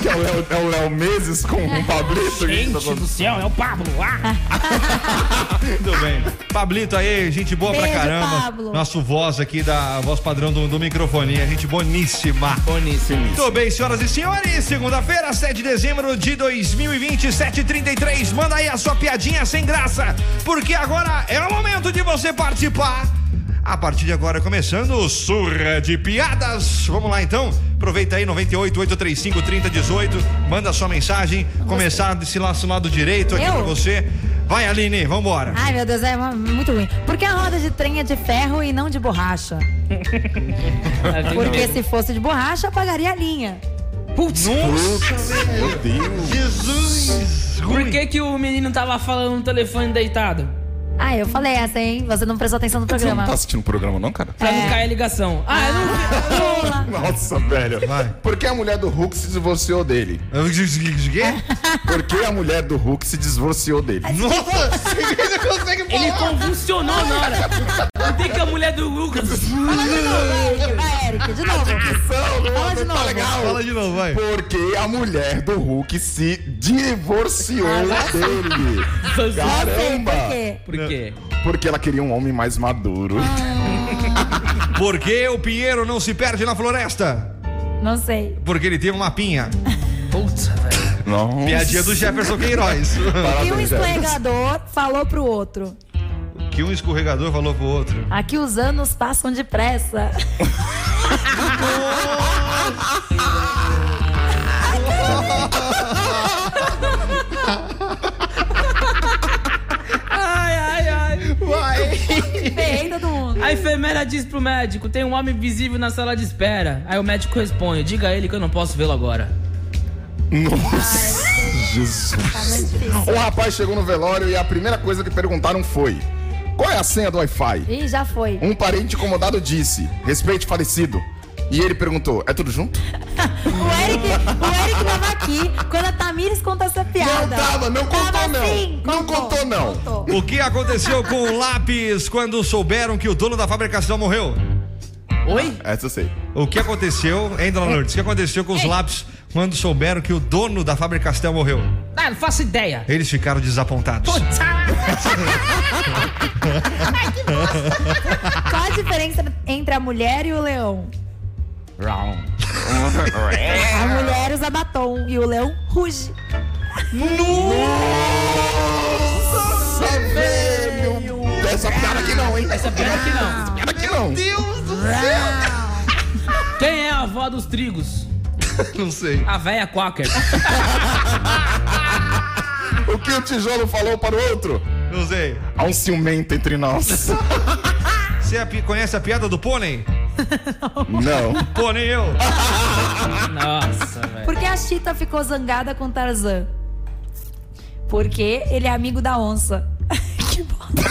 Speaker 7: Que é o Léo, é o Léo Meses com
Speaker 4: É.
Speaker 7: o Pablito. que tá
Speaker 6: Gente
Speaker 7: todo-
Speaker 6: do céu, é o Pablo. Ah,
Speaker 5: Muito bem. Pablito aí, gente boa pra
Speaker 4: Beijo,
Speaker 5: caramba.
Speaker 4: Pablo.
Speaker 5: Nosso voz aqui, da a voz padrão do, do microfone. A gente boníssima.
Speaker 6: boníssimo.
Speaker 5: Muito bem, senhoras e senhores. Segunda-feira, 7 de dezembro de 2020, 7h33. Manda aí a sua piadinha sem graça, porque agora é o momento de você participar. A partir de agora, começando o Surra de Piadas. Vamos lá, então. Aproveita aí, 98 835 3018. Manda sua mensagem. Começar desse laço lado direito aqui
Speaker 4: Eu?
Speaker 5: pra você. Vai, Aline, vambora.
Speaker 4: Ai, meu Deus, é uma- muito ruim. Por que a roda de trem é de ferro e não de borracha? Porque se fosse de borracha, apagaria a linha.
Speaker 6: Putz,
Speaker 7: Meu Deus.
Speaker 5: Jesus!
Speaker 6: por que, que o menino tava falando no telefone deitado?
Speaker 4: Ah, eu falei essa, hein? Você não prestou atenção no
Speaker 7: Você não
Speaker 4: programa.
Speaker 7: tá assistindo o programa, não, cara?
Speaker 6: Pra
Speaker 4: É.
Speaker 6: não cair a ligação. Ah, eu não
Speaker 4: Pula.
Speaker 7: Nossa, velho.
Speaker 5: Vai.
Speaker 7: Por que a mulher do Hulk se divorciou dele? Por que a mulher do Hulk se divorciou dele?
Speaker 5: Nossa! Ele não consegue
Speaker 6: Ele convulsionou na hora. Por que, que a mulher do Lucas.
Speaker 7: né?
Speaker 4: Vai, Eric, de novo.
Speaker 7: Ah.
Speaker 4: Fala de novo.
Speaker 5: Fala de novo, vai.
Speaker 7: Porque a mulher do Hulk se divorciou dele.
Speaker 4: Eu sei,
Speaker 7: Caramba!
Speaker 4: por quê?
Speaker 6: Por quê?
Speaker 7: Porque ela queria um homem mais maduro.
Speaker 5: Por que o Pinheiro não se perde na floresta?
Speaker 4: Não sei.
Speaker 5: Porque ele teve uma pinha.
Speaker 6: Putz, velho.
Speaker 7: Nossa.
Speaker 5: Piadinha do Jefferson Queiroz.
Speaker 4: E um
Speaker 7: Parabéns, Jefferson.
Speaker 4: escorregador falou pro outro.
Speaker 5: [LAUGHS] que um escorregador falou pro outro.
Speaker 4: Aqui os anos passam depressa.
Speaker 6: Ai, ai, ai.
Speaker 4: Ferrei todo mundo.
Speaker 6: A enfermeira diz pro médico: tem um homem visível na sala de espera. Aí o médico responde: diga a ele que eu não posso vê-lo agora.
Speaker 7: Nossa, Jesus. O rapaz chegou no velório e a primeira coisa que perguntaram foi: Qual é a senha do Wi-Fi?
Speaker 4: Ih, já foi.
Speaker 7: Um parente incomodado disse: Respeite falecido. E ele perguntou: É tudo junto? [LAUGHS]
Speaker 4: O Eric, o Eric tava aqui quando a Tamires contou essa
Speaker 7: Não
Speaker 4: piada.
Speaker 7: tava, não contou
Speaker 4: Tava
Speaker 7: não.
Speaker 4: sim,
Speaker 7: não contou não.
Speaker 4: Contou.
Speaker 5: O que aconteceu com o lápis quando souberam que o dono da fabricação morreu?
Speaker 6: Oi?
Speaker 7: Essa eu sei.
Speaker 5: O que aconteceu, hein, Dona Lourdes? O que aconteceu com os lápis quando souberam que o dono da Faber Castell morreu?
Speaker 6: Ah, não faço ideia.
Speaker 5: Eles ficaram desapontados.
Speaker 6: Putz, ah,
Speaker 4: Qual a diferença entre a mulher e o leão? A mulher usa batom e o leão ruge.
Speaker 7: Nossa, velho! Essa piada aqui não, hein?
Speaker 6: essa piada aqui não.
Speaker 7: piada aqui não. Deus do
Speaker 6: Quem é a avó dos trigos?
Speaker 5: Não sei.
Speaker 6: A véia Quaker.
Speaker 7: céu! O que o tijolo falou para o outro?
Speaker 5: Não sei.
Speaker 7: Há um ciumento entre nós.
Speaker 5: Você é a pi- conhece a piada do pônei?
Speaker 7: Não.
Speaker 5: Pônei eu.
Speaker 6: Nossa, velho.
Speaker 4: Por que a Chita ficou zangada com Tarzan? Porque ele é amigo da onça. [LAUGHS] que bosta.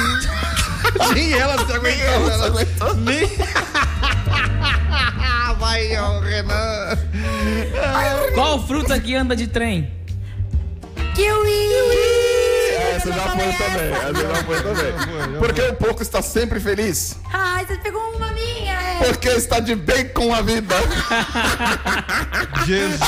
Speaker 5: Nem ela se aguentou. Ela Nem.
Speaker 7: [LAUGHS]
Speaker 5: Vai, ó, Renan.
Speaker 6: Qual fruta que anda de trem?
Speaker 4: Kiwi!
Speaker 7: É, Essa já foi também. Essa já foi também. Porque o pouco está sempre feliz.
Speaker 4: Ai, você pegou uma minha! é.
Speaker 7: Porque está de bem com a vida. [LAUGHS]
Speaker 5: Jesus.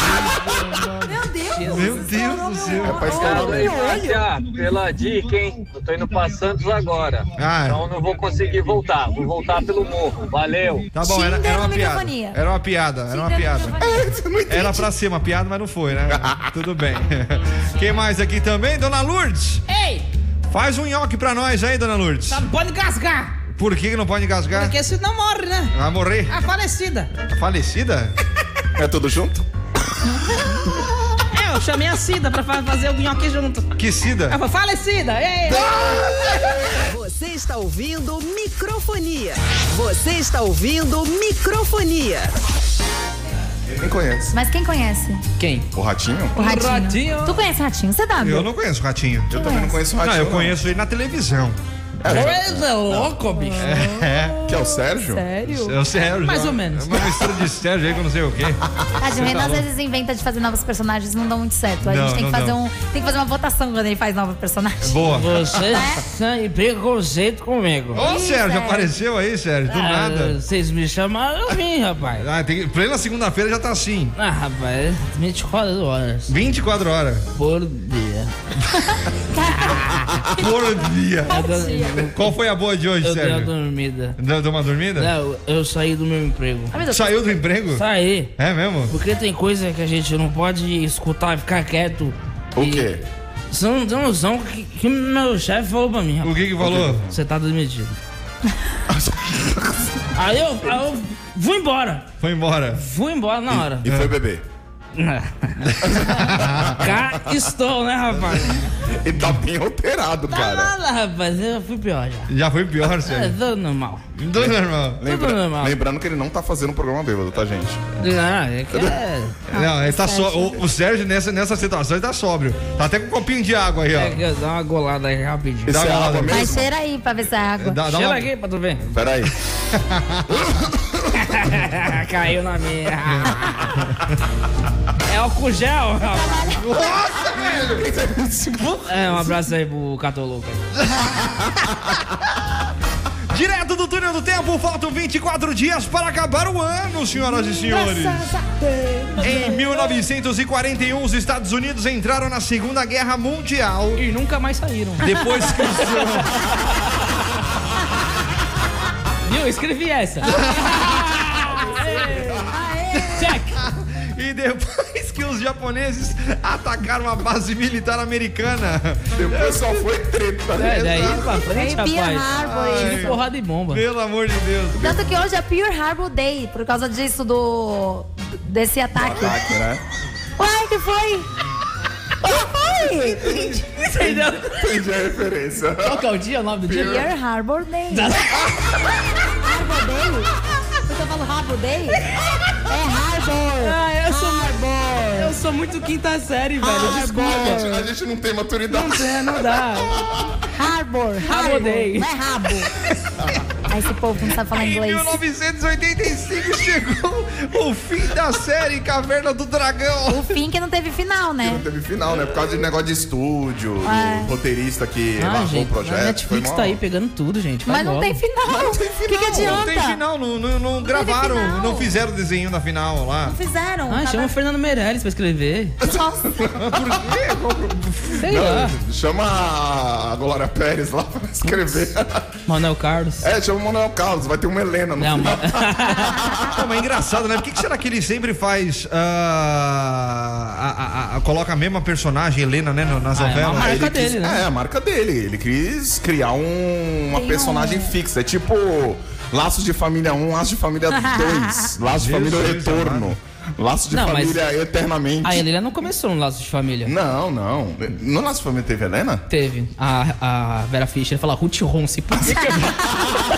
Speaker 4: Meu Deus!
Speaker 5: Meu
Speaker 4: você
Speaker 5: Deus
Speaker 4: estourou
Speaker 5: do
Speaker 4: meu
Speaker 5: céu. É
Speaker 4: olho.
Speaker 7: Rapaz, cara,
Speaker 4: Olha
Speaker 7: velho.
Speaker 4: meu olho.
Speaker 9: pela dica, hein? Eu tô indo pra Santos agora. Então
Speaker 5: Ah,
Speaker 9: não vou conseguir voltar. Vou voltar pelo morro. Valeu.
Speaker 5: Tá bom, era, era uma
Speaker 4: Xingando
Speaker 5: piada.
Speaker 4: microfonia.
Speaker 5: Era uma piada, era É uma piada.
Speaker 7: É
Speaker 5: Era pra ser uma piada, mas não foi,
Speaker 6: [LAUGHS]
Speaker 5: né? Tudo bem. [LAUGHS] Quem mais aqui também? Dona Lourdes!
Speaker 6: Ei,
Speaker 5: Faz um nhoque pra nós aí, Dona Lourdes.
Speaker 6: tá- pode gasgar.
Speaker 5: Por que que não pode engasgar?
Speaker 6: Porque se não morre, né?
Speaker 5: Vai morrer.
Speaker 6: A falecida.
Speaker 5: Falecida?
Speaker 7: É tudo junto?
Speaker 6: É, eu chamei a Cida pra fa- fazer o nhoque junto.
Speaker 5: Que sida?
Speaker 6: Ela falou, falecida. Ei,
Speaker 3: Você está ouvindo microfonia. Você está ouvindo microfonia.
Speaker 7: Quem conhece?
Speaker 4: Mas quem conhece?
Speaker 6: Quem?
Speaker 7: O Ratinho?
Speaker 4: O Ratinho.
Speaker 6: Ratinho.
Speaker 4: Tu conhece Ratinho? Você dá,
Speaker 5: Eu
Speaker 4: meu?
Speaker 5: não conheço o Ratinho.
Speaker 7: Eu também não conheço o
Speaker 5: Não,
Speaker 7: Ratinho.
Speaker 5: Ah, eu conheço ele na televisão.
Speaker 6: Coisa louco, bicho.
Speaker 5: É.
Speaker 7: Que é o Sérgio?
Speaker 4: Sério?
Speaker 5: É o Sérgio.
Speaker 6: Oh. Mais
Speaker 5: né?
Speaker 6: ou menos.
Speaker 5: É uma mistura de Sérgio aí que eu não sei o quê.
Speaker 4: Tadinho, o Renan Ah, às
Speaker 5: louco.
Speaker 4: vezes inventa de fazer novos personagens, não dão muito certo. A
Speaker 5: Então, Não,
Speaker 4: gente tem
Speaker 5: não
Speaker 4: que, fazer
Speaker 5: dão.
Speaker 4: um, tem que fazer uma votação quando ele faz novo personagem.
Speaker 5: Boa.
Speaker 6: Vocês
Speaker 4: É.
Speaker 6: são em preconceito comigo.
Speaker 5: Ô,
Speaker 4: Ih,
Speaker 5: Sérgio,
Speaker 4: Sérgio.
Speaker 5: apareceu aí, Sérgio, do
Speaker 6: Ah,
Speaker 5: nada.
Speaker 6: Vocês me chamaram, eu vim, rapaz.
Speaker 5: Ah, tem, plena segunda-feira já tá assim.
Speaker 6: Ah, rapaz, 24 horas
Speaker 5: 24 horas
Speaker 6: por dia.
Speaker 5: por dia.
Speaker 6: Eu dou-
Speaker 5: Qual foi a boa de hoje,
Speaker 6: Eu dei uma
Speaker 5: Sérgio?
Speaker 6: dormida.
Speaker 5: Deu, deu uma dormida?
Speaker 6: Não, eu saí do meu emprego.
Speaker 5: Saiu do emprego?
Speaker 6: Saí.
Speaker 5: É mesmo?
Speaker 6: Porque tem coisa que a gente não pode escutar e ficar quieto.
Speaker 7: O
Speaker 6: E
Speaker 7: quê?
Speaker 6: São não tem noção que, que meu chefe falou pra mim,
Speaker 5: O
Speaker 6: rapaz.
Speaker 5: que que falou?
Speaker 6: Você tá demitido. aí, eu, aí eu fui embora.
Speaker 5: Foi embora.
Speaker 6: Fui embora na hora.
Speaker 7: E
Speaker 5: É.
Speaker 7: foi beber.
Speaker 6: Cá estou, né, rapaz?
Speaker 7: E tá bem alterado,
Speaker 6: Tá
Speaker 7: cara.
Speaker 6: nada, rapaz. Eu fui pior já.
Speaker 5: Já foi pior,
Speaker 6: É,
Speaker 5: Sérgio.
Speaker 6: tô normal.
Speaker 5: Do normal.
Speaker 7: Lembra-
Speaker 6: Tudo normal.
Speaker 7: Lembrando que ele não tá fazendo o programa bêbado, tá, gente?
Speaker 6: Não, é que é...
Speaker 5: Não, ele tá só. O, o Sérgio, nessa, nessa situação, ele tá sóbrio. Tá até com um copinho de água aí,
Speaker 6: É que
Speaker 5: ó.
Speaker 6: eu dou uma golada aí rapidinho.
Speaker 7: Isso
Speaker 5: Dá
Speaker 7: é
Speaker 5: uma olhada.
Speaker 7: água
Speaker 4: Mas
Speaker 7: mesmo?
Speaker 4: cheira aí pra ver se é água.
Speaker 5: Dá, dá
Speaker 6: Chega
Speaker 5: uma...
Speaker 6: aqui pra tu ver. [LAUGHS]
Speaker 7: Pera aí.
Speaker 6: Caiu na minha. é álcool gel. rapaz.
Speaker 7: Nossa, velho!
Speaker 6: É, um abraço aí pro Catoluca.
Speaker 5: Direto do túnel do tempo, faltam 24 dias para acabar o ano, senhoras e senhores. Em 1941, os Estados Unidos entraram na Segunda Guerra
Speaker 6: [LAUGHS]
Speaker 5: Mundial.
Speaker 6: E nunca mais saíram.
Speaker 5: Depois que os
Speaker 6: Viu? Eu Escrevi essa. Check.
Speaker 5: [LAUGHS] E depois que os japoneses atacaram a base militar americana.
Speaker 7: Depois só foi treta.
Speaker 6: É, daí pra
Speaker 4: Foi
Speaker 6: frente,
Speaker 4: Pearl
Speaker 6: rapaz.
Speaker 4: Harbor. isso.
Speaker 6: Tiro porrada e bomba.
Speaker 5: Pelo amor de Deus.
Speaker 4: Tanto que hoje é Pearl Harbor Day, por causa disso, do. desse ataque.
Speaker 7: Ataque, né?
Speaker 4: Uai, que foi? Que foi?
Speaker 6: Entendeu?
Speaker 7: Entendi a referência.
Speaker 6: Qual que é o dia, o nome do dia?
Speaker 4: Pearl Harbor Day. Harbor Day? Você fala Harbor Day? É Harbor.
Speaker 6: Ah, eu sou... Eu sou muito quinta série, velho.
Speaker 7: Ah, A
Speaker 6: Desculpa.
Speaker 7: gente- a gente não tem maturidade.
Speaker 6: Não dá, É, não dá.
Speaker 4: Harbor.
Speaker 6: Harbor Day.
Speaker 4: Não é rabo. Aí [LAUGHS] esse povo não sabe falar
Speaker 5: Em
Speaker 4: inglês.
Speaker 5: 1985 chegou o fim da série Caverna do Dragão.
Speaker 4: O fim que não teve final,
Speaker 7: Não
Speaker 4: né?
Speaker 7: teve final, né? Por causa de negócio de estúdio,
Speaker 4: É.
Speaker 7: do roteirista que
Speaker 6: Ah,
Speaker 7: largou o
Speaker 6: gente,
Speaker 7: projeto.
Speaker 6: a
Speaker 7: Foi
Speaker 6: Netflix
Speaker 7: mó-
Speaker 6: tá aí pegando tudo, gente. Vai
Speaker 4: Mas não
Speaker 6: logo.
Speaker 4: tem final. O
Speaker 7: tem
Speaker 4: que, que
Speaker 7: final.
Speaker 4: adianta?
Speaker 5: Não tem final, não, não, não gravaram,
Speaker 4: final.
Speaker 5: não fizeram o desenho da final lá.
Speaker 4: Não fizeram.
Speaker 6: Ah, chama o Fernando Meirelles pra escrever.
Speaker 4: Nossa.
Speaker 6: Sei lá.
Speaker 7: Não, chama a Glória Pérez lá pra escrever.
Speaker 6: Manuel Carlos. É,
Speaker 7: É, tá chama o Manuel Carlos, vai ter uma Helena no
Speaker 6: Não,
Speaker 7: final.
Speaker 6: mas...
Speaker 5: Pô, mas é engraçado, né? Por que, que será que ele sempre faz. ah, a- a- a- coloca a mesma personagem, Helena, né? no- Nas
Speaker 6: Ah, é uma
Speaker 5: novelas?
Speaker 6: marca
Speaker 7: Ele quis-
Speaker 6: dele, né?
Speaker 7: É, a marca dele. Ele quis criar um- uma
Speaker 4: Tem
Speaker 7: personagem
Speaker 4: um-
Speaker 7: fixa. É tipo Laços de Família 1, Laços de
Speaker 6: [LAUGHS]
Speaker 7: Família 2, Laços de Família
Speaker 5: Jesus
Speaker 7: Retorno, Laços de
Speaker 6: Não, mas- Ah,
Speaker 7: Família Eternamente.
Speaker 6: A Helena não começou no Laço de Família.
Speaker 7: Não, não. No Laços de Família teve Helena?
Speaker 6: Teve. A, a Vera Fischer fala Ruth Ronce. Por
Speaker 7: [LAUGHS]
Speaker 6: que que eu...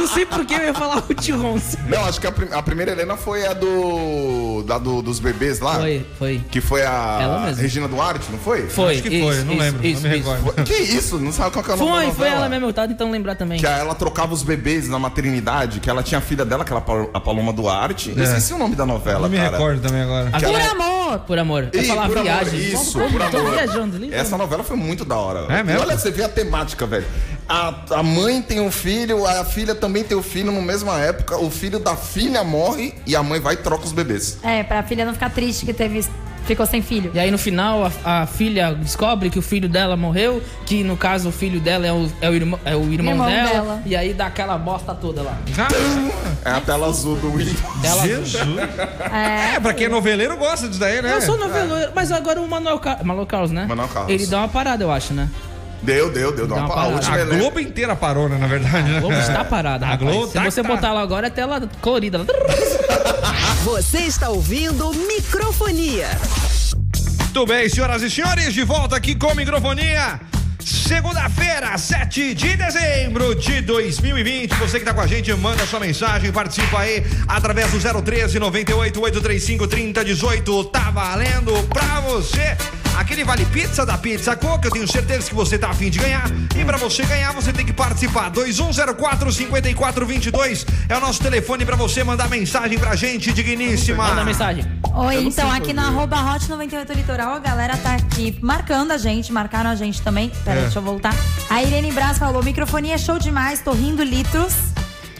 Speaker 6: não sei por que eu ia falar Ruth Ronce.
Speaker 7: Não, acho que a, prim- a primeira Helena foi a do. da do- dos bebês lá.
Speaker 6: Foi, foi.
Speaker 7: Que foi
Speaker 6: Ela
Speaker 7: a
Speaker 6: mesma.
Speaker 7: Regina Duarte, não foi?
Speaker 6: Foi.
Speaker 5: Acho que foi,
Speaker 6: isso,
Speaker 5: não
Speaker 6: isso,
Speaker 5: lembro,
Speaker 6: isso,
Speaker 5: não me
Speaker 6: isso.
Speaker 5: recordo.
Speaker 7: Que isso? Não sabe qual que é o nome da
Speaker 6: Foi,
Speaker 7: novela?
Speaker 6: foi ela mesmo. Eu tava tentando lembrar também.
Speaker 7: Que ela trocava os bebês na maternidade, que ela tinha a filha dela, que era a Pal- a Paloma Duarte. Eu esqueci o nome da novela,
Speaker 5: É. Não me
Speaker 7: cara.
Speaker 5: recordo também agora.
Speaker 6: Aquela-
Speaker 4: Por amor.
Speaker 6: Por amor. Eu
Speaker 7: é- Ih,
Speaker 6: falar
Speaker 7: por
Speaker 6: viagem.
Speaker 7: amor, isso,
Speaker 6: Vamos-
Speaker 7: por
Speaker 6: Tô
Speaker 7: amor.
Speaker 6: viajando, lindo.
Speaker 7: Essa novela foi muito da hora.
Speaker 5: É mesmo?
Speaker 7: E olha, você vê a temática, velho. A, a mãe tem um filho, a filha também tem o filho na mesma época. O filho da filha morre e a mãe vai e troca os bebês.
Speaker 4: É, pra filha não ficar triste que teve. Ficou sem filho.
Speaker 6: E aí no final a, a filha descobre que o filho dela morreu, que no caso o filho dela é o, é o, irmão, é o irmão,
Speaker 4: Irmão
Speaker 6: dela,
Speaker 4: dela.
Speaker 6: E aí dá aquela bosta toda lá.
Speaker 7: É a tela azul do Windows.
Speaker 6: Ela-
Speaker 5: Jesus.
Speaker 4: [LAUGHS]
Speaker 5: É, pra quem é noveleiro gosta disso daí, né?
Speaker 6: Eu sou noveleiro, mas agora o Manuel, Car... Manuel Carlos, né?
Speaker 7: Manuel Carlos.
Speaker 6: Ele dá uma parada,
Speaker 5: [LAUGHS]
Speaker 6: eu acho, né?
Speaker 7: Deu, deu, deu. Dá
Speaker 6: uma
Speaker 7: uma
Speaker 6: parada.
Speaker 7: palavra. A última
Speaker 5: A
Speaker 7: Helena.
Speaker 5: Globo inteira parou, né, na verdade.
Speaker 6: A Globo está parada,
Speaker 5: A
Speaker 6: rapaz.
Speaker 5: Globo
Speaker 6: Se
Speaker 5: tá que
Speaker 6: você
Speaker 5: tá.
Speaker 6: botar lá agora, é tela colorida. lá.
Speaker 3: Você está ouvindo microfonia.
Speaker 5: Muito bem, senhoras e senhores, de volta aqui com microfonia. Segunda-feira, 7 de dezembro de 2020. Você que tá com a gente, manda sua mensagem, participa aí através do 013 98 835 3018. Tá valendo pra você. Aquele vale pizza da Pizza Coca, eu tenho certeza que você tá afim de ganhar. E pra você ganhar, você tem que participar. 2104 5422 é o nosso telefone pra você mandar mensagem pra gente, digníssima.
Speaker 6: Manda mensagem.
Speaker 4: Oi, então aqui no arroba Hot 98 Litoral, a galera tá aqui marcando a gente, marcaram a gente também. Peraí,
Speaker 5: É.
Speaker 4: deixa eu voltar. A Irene Braz falou: microfonia é show demais, tô rindo litros.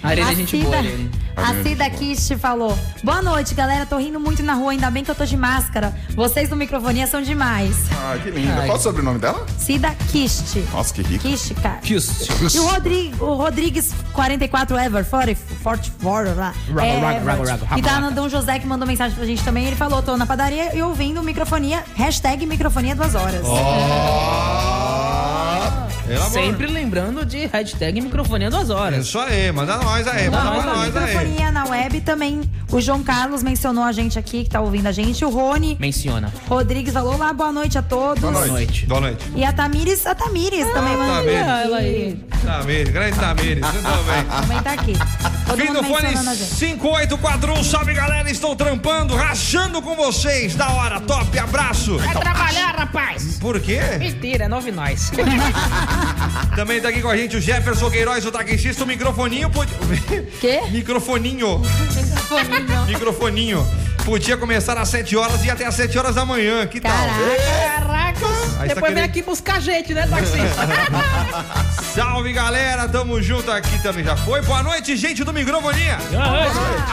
Speaker 6: A Irene é gente boa, a Irene.
Speaker 4: A Cida Kish falou: Boa noite, galera. Tô rindo muito na rua, ainda bem que eu tô de máscara. Vocês do microfonia são demais.
Speaker 7: Ah, que linda.
Speaker 6: Ai.
Speaker 7: Qual o sobrenome dela?
Speaker 4: Cida Kist.
Speaker 7: Nossa, que rica.
Speaker 4: Kist, cara.
Speaker 6: Kiss.
Speaker 4: E o, Rodrigo, o Rodrigues 44 Ever, 40, 44 lá.
Speaker 6: Rago,
Speaker 4: é,
Speaker 6: rago, rago,
Speaker 4: Everett.
Speaker 6: rago,
Speaker 4: E tá
Speaker 6: rago,
Speaker 4: no
Speaker 6: rago.
Speaker 4: Dom José que mandou mensagem pra gente também. Ele falou: tô na padaria e ouvindo microfonia, hashtag microfonia duas horas.
Speaker 5: Ah, Pelo amor.
Speaker 6: Sempre lembrando de hashtag microfonia duas horas.
Speaker 5: É Isso aí, manda nós aí,
Speaker 4: Não,
Speaker 5: manda
Speaker 4: mas
Speaker 5: pra
Speaker 4: a
Speaker 5: nós aí.
Speaker 4: microfonia na web também. O João Carlos mencionou a gente aqui, que tá ouvindo a gente. O Rony
Speaker 6: Menciona.
Speaker 4: Rodrigues falou: Olá, boa noite a todos.
Speaker 6: Boa noite.
Speaker 5: Boa noite.
Speaker 4: E a Tamires, a Tamires também mandou.
Speaker 5: Tamires.
Speaker 4: aqui.
Speaker 6: Tá Ela aí.
Speaker 5: Tamires, grande Tamires, muito bem.
Speaker 4: Também tá aqui. Todo
Speaker 5: Fim
Speaker 4: mundo
Speaker 5: do fone
Speaker 4: mencionando a gente.
Speaker 5: 5841, salve galera, estou trampando, rachando com vocês, da hora, top, abraço.
Speaker 6: Vai trabalhar, rapaz.
Speaker 5: Por quê?
Speaker 6: Mentira, é nove nós.
Speaker 5: Também tá aqui com a gente o Jefferson Queiroz, o taxista, o microfoninho. [LAUGHS] Pod...
Speaker 4: Quê?
Speaker 5: microfoninho. Microfoninho. Podia começar às 7 horas e ir até às 7 horas da manhã, que tal?
Speaker 4: Caraca.
Speaker 6: Caracas.
Speaker 5: Aí tá
Speaker 6: Depois vem
Speaker 5: querendo-
Speaker 6: aqui buscar a gente, né,
Speaker 7: [LAUGHS]
Speaker 6: taxista?
Speaker 5: Salve galera, tamo junto aqui também já foi. Boa noite, gente do Microfonia.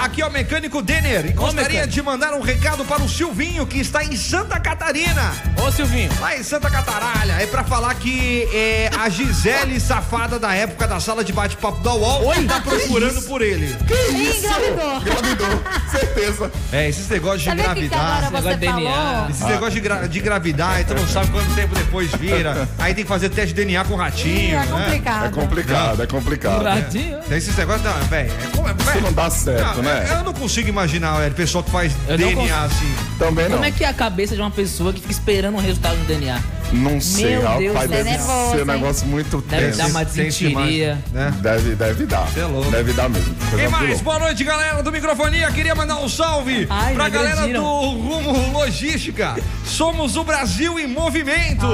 Speaker 5: Aqui é o mecânico Denner e gostaria de mandar um recado para o Silvinho que está em Santa Catarina.
Speaker 6: Ô, Silvinho.
Speaker 5: Lá em Santa Cataralha, é pra falar que é, a Gisele safada da época da sala de bate-papo da UOL tá procurando por ele.
Speaker 4: Ih, Engravidou.
Speaker 7: Engravidou, certeza.
Speaker 5: É, esses negócios de
Speaker 4: Sabia o que, que agora
Speaker 5: engravidar.
Speaker 6: negócio
Speaker 4: você
Speaker 6: de DNA.
Speaker 4: falou?
Speaker 5: Esse negócio de, gra de engravidar, então não sabe quanto tempo depois
Speaker 6: [LAUGHS]
Speaker 5: vira. Aí tem que fazer teste de DNA com o
Speaker 4: Ih,
Speaker 5: ratinho.
Speaker 4: é
Speaker 5: né?
Speaker 4: complicado.
Speaker 6: Ah,
Speaker 7: É complicado, é complicado.
Speaker 6: Tadinho.
Speaker 5: Tem esses negócios, não, velho. É, como- é,
Speaker 7: Isso
Speaker 5: véi,
Speaker 7: não dá certo,
Speaker 5: não, é-
Speaker 7: né?
Speaker 5: Eu não consigo imaginar, velho, pessoal que faz
Speaker 6: Eu não
Speaker 5: DNA
Speaker 6: consigo.
Speaker 5: assim.
Speaker 7: Também não.
Speaker 6: Como é que é a cabeça de uma pessoa que fica esperando o resultado do DNA?
Speaker 7: Não sei,
Speaker 6: Meu
Speaker 7: rapaz.
Speaker 6: Deus, é
Speaker 7: deve
Speaker 4: nervoso,
Speaker 7: ser
Speaker 4: hein?
Speaker 7: um negócio muito
Speaker 6: Deve
Speaker 7: tenso.
Speaker 6: dar uma
Speaker 5: Tem essa
Speaker 6: desintiria.
Speaker 5: imagem, Né?
Speaker 7: Deve, deve dar.
Speaker 5: Cê é louco.
Speaker 7: Deve dar mesmo. Coisa
Speaker 5: E mais,
Speaker 7: boa.
Speaker 5: boa noite, galera do Microfonia. Queria mandar um salve
Speaker 6: Ai,
Speaker 5: pra
Speaker 6: me
Speaker 5: galera do
Speaker 6: agrediram.
Speaker 5: Rumo Logística. Somos o Brasil em movimento.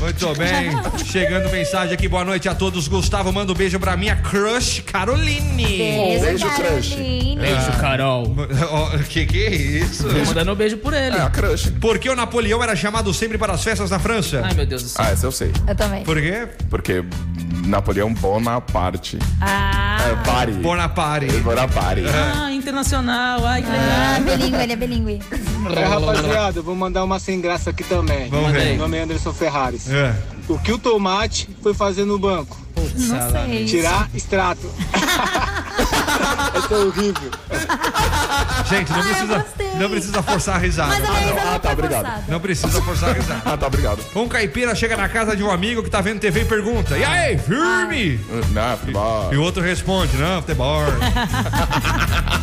Speaker 5: Muito bem, chegando mensagem aqui, boa noite a todos. Gustavo, manda um beijo pra minha crush,
Speaker 6: É
Speaker 5: Caroline.
Speaker 7: Beijo,
Speaker 4: Beijo,
Speaker 7: crush.
Speaker 4: Caroline.
Speaker 6: Beijo, Carol.
Speaker 5: Ó, que que é isso?
Speaker 6: Ah. Tô mandando um beijo por ele.
Speaker 7: É, a crush.
Speaker 5: Porque o Napoleão era chamado sempre para as festas na França?
Speaker 6: Ai, meu Deus do céu.
Speaker 7: Ah, essa eu sei.
Speaker 4: Eu também.
Speaker 5: Por quê?
Speaker 7: Porque Napoleão Bonaparte.
Speaker 4: Ah,
Speaker 7: É, Bari.
Speaker 5: Bonaparte.
Speaker 7: Bonaparte.
Speaker 5: [LAUGHS]
Speaker 6: Ah, internacional. Ai, que legal.
Speaker 4: ah, bilíngue, ele é bilíngue.
Speaker 9: É, rapaziada, eu vou mandar uma sem graça aqui também.
Speaker 5: Vamos
Speaker 6: Manda
Speaker 5: ver.
Speaker 9: Meu nome é Anderson Ferraris.
Speaker 5: É.
Speaker 9: O que o tomate foi fazer no banco?
Speaker 4: Não sei.
Speaker 9: Tirar extrato. Essa é horrível.
Speaker 5: Gente, não
Speaker 4: Ah, eu
Speaker 5: precisa,
Speaker 4: gostei.
Speaker 5: não precisa forçar a risada.
Speaker 4: Mas a Maísa
Speaker 7: Ah,
Speaker 4: não
Speaker 7: tá,
Speaker 4: tá
Speaker 7: obrigado.
Speaker 4: forçada.
Speaker 5: Não precisa forçar a risada.
Speaker 7: Ah, tá, obrigado.
Speaker 5: Um caipira chega na casa de um amigo que tá vendo TV e pergunta: E aí, firme?
Speaker 7: Não, é,
Speaker 4: Ah.
Speaker 7: futebol.
Speaker 5: E o outro responde: Não, tá
Speaker 4: [LAUGHS]
Speaker 5: futebol.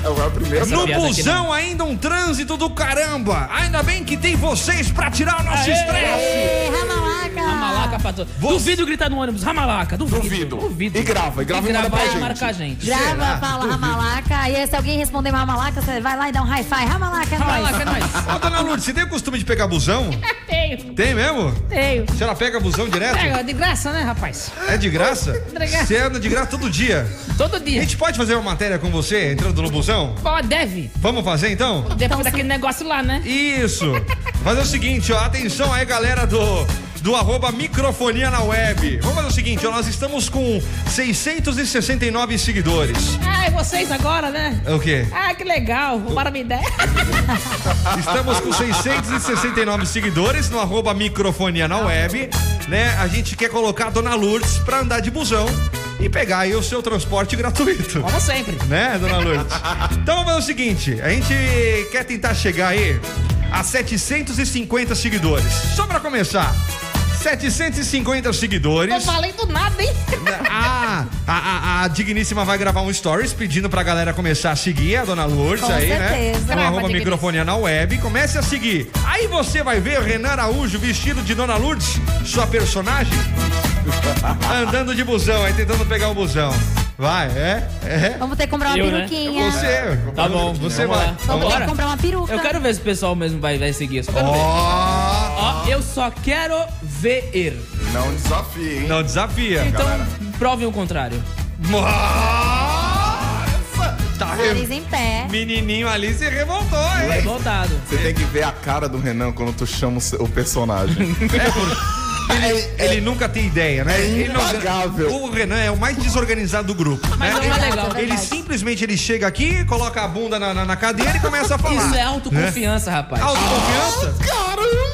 Speaker 7: É o primeiro.
Speaker 5: No
Speaker 6: piada aqui
Speaker 5: busão ainda um trânsito do caramba. Ainda bem que tem vocês pra tirar o nosso estresse.
Speaker 4: Ê, Ramalaca.
Speaker 6: Ramalaca pra todos. Duvido gritar no ônibus. Ramalaca, duvido.
Speaker 7: Duvido.
Speaker 6: Duvido.
Speaker 7: E grava, e grava e manda pra
Speaker 6: gravar
Speaker 7: gente.
Speaker 6: e marca a gente.
Speaker 4: Grava, fala Ramalaca. E aí, se alguém responder Ramalaca, você vai lá e dá um hi-fi. Ramalaca, é
Speaker 6: Ramalaca, é
Speaker 4: nóis.
Speaker 6: nóis.
Speaker 5: Ô, dona Lourdes, você tem o costume de pegar busão?
Speaker 6: Tenho,
Speaker 5: Tem mesmo?
Speaker 6: tenho.
Speaker 5: A senhora pega busão direto?
Speaker 6: É, de graça, né, rapaz?
Speaker 5: É de
Speaker 4: [LAUGHS]
Speaker 5: graça?
Speaker 6: graça.
Speaker 5: Você anda de graça todo dia.
Speaker 6: Todo
Speaker 5: A
Speaker 6: dia.
Speaker 5: gente pode fazer uma matéria com você entrando no busão?
Speaker 6: Pô, deve.
Speaker 5: Vamos fazer então?
Speaker 6: Depois daquele negócio lá, né?
Speaker 5: Isso! Fazer o seguinte, ó, atenção aí, galera do. Do arroba microfonia na web. Vamos fazer o seguinte, ó, nós estamos com 669 seguidores.
Speaker 6: Ah, e vocês agora, né?
Speaker 5: É O quê?
Speaker 6: Ah, que legal. Roubaram minha ideia.
Speaker 5: Estamos com 669 seguidores no arroba microfonia na web, né? A gente quer colocar a dona Lourdes pra andar de busão e pegar aí o seu transporte gratuito.
Speaker 6: Como sempre.
Speaker 5: Né, dona Lourdes? Então vamos fazer o seguinte: a gente quer tentar chegar aí a 750 seguidores. Só pra começar. 750 seguidores.
Speaker 6: Não falei do nada, hein?
Speaker 5: Ah, a, a- a digníssima vai gravar um stories pedindo pra galera começar a seguir a dona Lourdes
Speaker 4: Com
Speaker 5: aí,
Speaker 4: certeza.
Speaker 5: né? No
Speaker 4: Grava,
Speaker 5: arroba
Speaker 6: digníssima.
Speaker 5: microfonia na web. Comece a seguir. Aí você vai ver Renan Araújo vestido de dona Lourdes, sua personagem, andando de busão, aí tentando pegar o busão. Vai, é? É?
Speaker 4: Vamos ter que comprar uma
Speaker 2: Eu, né?
Speaker 4: peruquinha.
Speaker 5: Você.
Speaker 2: Tá bom,
Speaker 5: Você
Speaker 2: vamos
Speaker 5: vai.
Speaker 2: lá.
Speaker 4: Vamos ter
Speaker 2: Bora.
Speaker 4: que comprar uma peruca.
Speaker 2: Eu quero ver se o pessoal mesmo vai, vai seguir isso. Eu quero ver.
Speaker 5: Ó,
Speaker 2: Ó, eu só quero ver.
Speaker 7: Não desafie, hein?
Speaker 5: não desafia.
Speaker 2: Então,
Speaker 7: Galera.
Speaker 2: provem o contrário.
Speaker 7: Ah.
Speaker 5: Nossa! Tá
Speaker 4: Nariz
Speaker 5: re...
Speaker 4: em pé.
Speaker 5: Menininho ali se revoltou,
Speaker 2: Vai
Speaker 5: hein?
Speaker 2: voltado.
Speaker 7: Você tem que ver a cara do Renan quando tu chama o seu- o
Speaker 5: [LAUGHS]
Speaker 7: personagem.
Speaker 5: É Ele, ele nunca tem ideia, né?
Speaker 7: É
Speaker 5: Ele não-
Speaker 7: impagável.
Speaker 5: O Renan é o mais desorganizado do grupo.
Speaker 2: Mas
Speaker 5: né?
Speaker 2: é mais legal.
Speaker 5: Ele simplesmente ele chega aqui, coloca a bunda na, na- na cadeira e começa a falar.
Speaker 2: Isso é autoconfiança, rapaz.
Speaker 5: Autoconfiança?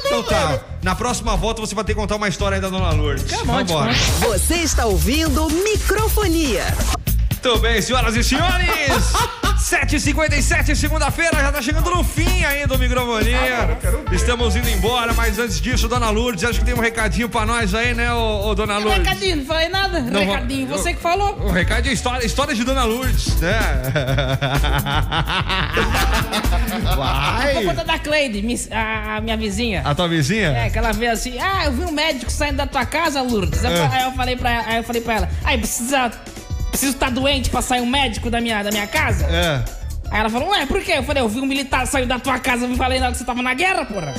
Speaker 5: Então tá, na próxima volta você vai ter que contar uma história aí da Dona Lourdes.
Speaker 6: Tá tipo,
Speaker 2: monte,
Speaker 5: Vambora.
Speaker 2: monte.
Speaker 3: Você está ouvindo Microfonia.
Speaker 5: Muito bem, senhoras e senhores! 7h57, segunda-feira, já tá chegando no fim ainda do Microfonia. Estamos indo embora, mas antes disso, Dona Lourdes, acho que tem um recadinho pra nós aí, né, ô, ô, Dona Lourdes?
Speaker 6: Recadinho, não falei nada.
Speaker 5: Não,
Speaker 6: Recadinho,
Speaker 5: vou-
Speaker 6: você que falou.
Speaker 5: Um recado de história, história de Dona Lourdes, [LAUGHS] né?
Speaker 6: Por
Speaker 5: Vai!
Speaker 6: conta da Cleide, miss- a, a minha vizinha.
Speaker 5: A tua
Speaker 6: É,
Speaker 5: vizinha?
Speaker 6: que ela veio assim, ah, eu vi um médico saindo da tua casa, Lourdes. Eu fa- Aí eu falei pra, aí eu falei pra ela, aí precisa. Preciso estar doente pra sair um médico da minha, da minha casa?
Speaker 5: É.
Speaker 6: Aí ela falou, ué, por quê? Eu falei, eu vi um militar sair da tua casa, eu me falei na hora que você tava na guerra, porra.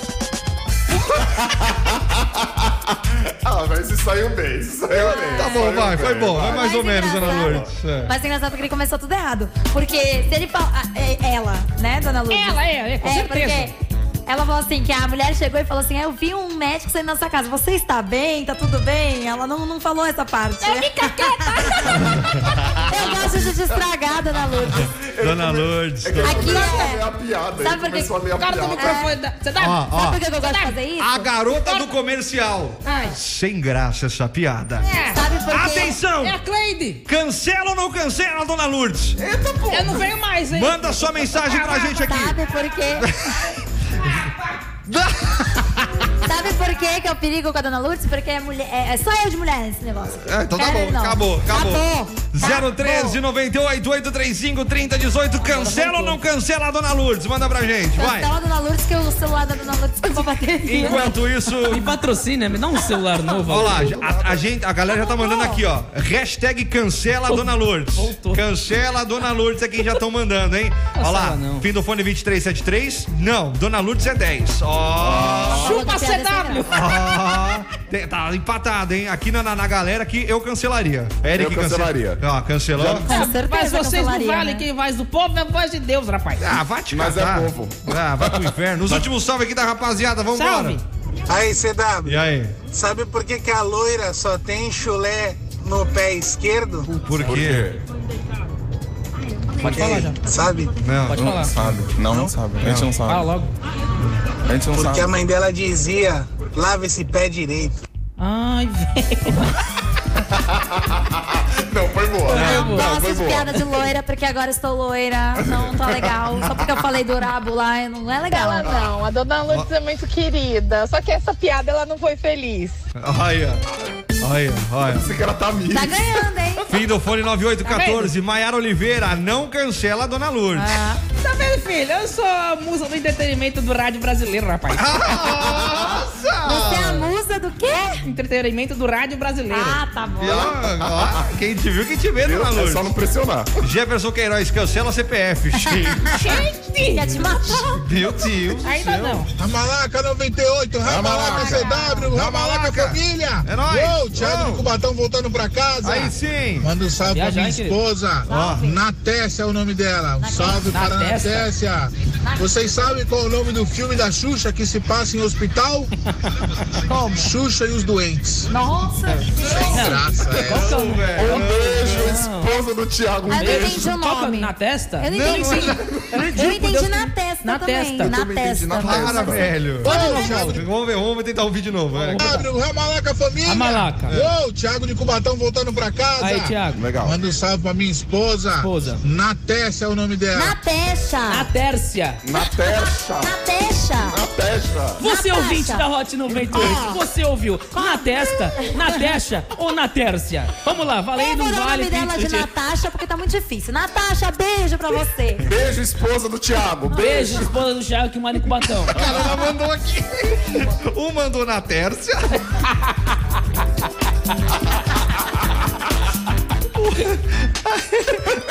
Speaker 7: ah, mas isso saiu bem, isso saiu bem.
Speaker 5: Tá bom, vai, foi bom. Vai mais
Speaker 4: Mas
Speaker 5: ou menos, Dona
Speaker 4: engraçado.
Speaker 5: Lourdes. É.
Speaker 4: Mas é engraçado porque ele começou tudo errado. Porque se ele fala. ah, é- Ela, né, dona Lourdes?
Speaker 6: Ela, é, é, com certeza.
Speaker 4: porque ela falou assim: que a mulher chegou e falou assim: "Ah, Eu vi um médico saindo na sua casa. Você está bem? Tá tudo bem? Ela não, não falou essa parte. [LAUGHS] Eu, gosto de te estragar, dona Lourdes.
Speaker 5: Dona Lourdes.
Speaker 7: É que ele
Speaker 4: Aqui
Speaker 7: começou
Speaker 4: é-
Speaker 7: a ler a piada,
Speaker 4: Sabe
Speaker 7: ele
Speaker 4: por quê?
Speaker 7: começou a ler a
Speaker 6: O cara do
Speaker 4: Ah.
Speaker 7: piada.
Speaker 6: microfone da. Você tá?
Speaker 5: Ó, ó.
Speaker 4: Sabe por que eu gosto de fazer isso?
Speaker 5: A garota do comercial.
Speaker 6: Ai.
Speaker 5: Sem graça essa piada.
Speaker 6: É,
Speaker 4: Sabe por quê?
Speaker 5: Atenção!
Speaker 6: é a Cleide!
Speaker 5: Cancela ou não cancela, Dona Lourdes?
Speaker 6: Eu não venho mais, hein?
Speaker 5: Manda sua mensagem pra gente aqui.
Speaker 4: Sabe
Speaker 5: [LAUGHS]
Speaker 4: por quê? Sabe por quê que eu perigo com a dona Lourdes? Porque é, mulher, é, é só eu de mulher nesse negócio.
Speaker 5: É, então tá
Speaker 4: Cara,
Speaker 5: bom,
Speaker 4: não.
Speaker 5: acabou, acabou.
Speaker 4: Acabou.
Speaker 5: 013 98 835 3018. Cancela ou não cancela a dona Lourdes? Manda pra gente, vai.
Speaker 4: Cancela a dona Lourdes que o celular da dona Lourdes acabou a bateria.
Speaker 5: Enquanto isso.
Speaker 2: Me patrocina, me dá um celular novo.
Speaker 5: Olha lá, a, a gente, a galera já tá mandando aqui, ó. Hashtag cancela a Dona Lourdes.
Speaker 2: Voltou.
Speaker 5: Cancela a Dona Lourdes é quem já estão mandando, hein? Olha
Speaker 2: Cancela,
Speaker 5: lá,
Speaker 2: não.
Speaker 5: fim do fone 2373. Não, Dona Lourdes é 10. Ó.
Speaker 6: Chupa
Speaker 4: Falou de piada sem
Speaker 6: CW!
Speaker 5: ó. Tem- tá empatado, hein? Aqui na, na, na galera aqui eu cancelaria. Eric
Speaker 7: Eu
Speaker 5: cancela-
Speaker 7: cancelaria.
Speaker 5: Ó, cancelou.
Speaker 4: Com certeza
Speaker 6: Mas vocês não
Speaker 4: cancelaria,
Speaker 6: valem,
Speaker 4: né?
Speaker 6: quem faz do povo é a voz de Deus, rapaz.
Speaker 5: Ah, vai te
Speaker 7: Mas é
Speaker 5: catar.
Speaker 7: povo.
Speaker 5: Ah, vai pro inferno. Os últimos salve aqui da rapaziada, vambora.
Speaker 6: Salve!
Speaker 9: Aí, CW,
Speaker 5: E aí?
Speaker 9: sabe por que, que a loira só tem chulé no pé esquerdo?
Speaker 5: Por quê?
Speaker 2: Pode falar já.
Speaker 9: Sabe?
Speaker 5: Não.
Speaker 2: Pode falar.
Speaker 7: Sabe? Não, não sabe. A gente não
Speaker 2: Fala
Speaker 7: sabe.
Speaker 2: logo.
Speaker 7: A gente não
Speaker 9: Porque a
Speaker 7: sabe.
Speaker 9: mãe dela dizia: lava esse pé direito.
Speaker 6: Ai, velho.
Speaker 7: Não, foi boa.
Speaker 4: Não,
Speaker 7: Não,
Speaker 4: gosto
Speaker 7: foi
Speaker 4: de
Speaker 7: boa.
Speaker 4: piada de loira, porque agora estou loira,
Speaker 5: [LAUGHS]
Speaker 4: não tô legal. Só porque eu falei do rabo lá, não é
Speaker 6: Tá
Speaker 4: legal.
Speaker 11: Ela não, a dona Lourdes é muito querida. Só que essa piada ela não foi feliz.
Speaker 5: Olha. Olha, olha.
Speaker 7: Esse cara tá mico.
Speaker 4: Tá ganhando, hein?
Speaker 5: Fim do fone 9814, Maiara Oliveira, não cancela a Dona Lourdes.
Speaker 6: Tá vendo, filho? Eu sou a musa do entretenimento do rádio brasileiro, rapaz.
Speaker 5: Ah.
Speaker 4: Você é a musa do quê?
Speaker 6: Entretenimento do rádio brasileiro.
Speaker 4: Ah, tá bom.
Speaker 5: Ah, ó, quem te viu, quem te vê,
Speaker 7: Viu?
Speaker 5: Dona
Speaker 7: É
Speaker 5: Lourdes.
Speaker 7: só não pressionar.
Speaker 5: Jefferson Queiroz, cancela CPF. [LAUGHS] Gente,
Speaker 4: Quer
Speaker 6: Gente!
Speaker 4: te matar?
Speaker 5: Meu Deus. do
Speaker 6: Ainda
Speaker 5: céu.
Speaker 6: não.
Speaker 9: Ramalaca 98, Ramalaca CW,
Speaker 7: Tá
Speaker 9: Ramalaca família.
Speaker 5: É nóis.
Speaker 9: Uou, Thiago
Speaker 5: Uou.
Speaker 9: do Cubatão voltando pra casa.
Speaker 5: Aí sim. Tá
Speaker 9: Manda um salve pra
Speaker 2: Viajar,
Speaker 9: minha
Speaker 2: hein, querido?
Speaker 9: esposa, Natécia é o nome dela. Um salve para
Speaker 6: Natécia.
Speaker 9: Natécia. Vocês sabem qual é o nome do filme da Xuxa que se passa em
Speaker 2: [LAUGHS]
Speaker 9: hospital? Xuxa e os doentes.
Speaker 4: Nossa.
Speaker 9: Graça, é.
Speaker 2: Qual que é o nome?
Speaker 7: Um beijo, esposa do Thiago. Um
Speaker 4: Eu não
Speaker 7: beijo.
Speaker 4: entendi o
Speaker 2: Qual que é o-
Speaker 4: nome.
Speaker 2: Na testa?
Speaker 4: Eu não entendi. Eu entendi na testa
Speaker 2: Na
Speaker 4: também.
Speaker 2: testa. Eu
Speaker 4: Na
Speaker 7: também entendi
Speaker 4: testa.
Speaker 7: na
Speaker 4: Nossa,
Speaker 5: Para, velho.
Speaker 9: Ô, Thiago de
Speaker 5: Vamos ver, vamos tentar um vídeo novo. vai.
Speaker 9: Cubatão, Ramalaca família.
Speaker 2: A malaca.
Speaker 9: Ô, Thiago de Cubatão voltando pra casa.
Speaker 2: Aí, Thiago.
Speaker 7: Legal.
Speaker 9: Manda um salve pra minha esposa.
Speaker 2: Esposa.
Speaker 9: Natécia é o nome dela.
Speaker 4: Na testa.
Speaker 2: Na tércia.
Speaker 7: Na testa.
Speaker 4: Na testa.
Speaker 7: Na testa.
Speaker 6: Você é
Speaker 7: Na
Speaker 6: ouvinte
Speaker 7: testa.
Speaker 6: da Hot 98,
Speaker 7: Ah.
Speaker 6: você ouviu
Speaker 4: Ah.
Speaker 6: na testa, na testa ou na tércia? Vamos lá,
Speaker 4: Eu
Speaker 6: valendo
Speaker 4: vou
Speaker 6: um
Speaker 4: dar o
Speaker 6: vale.
Speaker 4: nome dela de Natasha porque tá muito difícil. Natasha, beijo pra você.
Speaker 7: Beijo, esposa do Thiago. Beijo.
Speaker 6: Beijo, esposa do Thiago que manda com batão.
Speaker 5: Cara, ela mandou aqui. [LAUGHS] Um mandou na Tércia.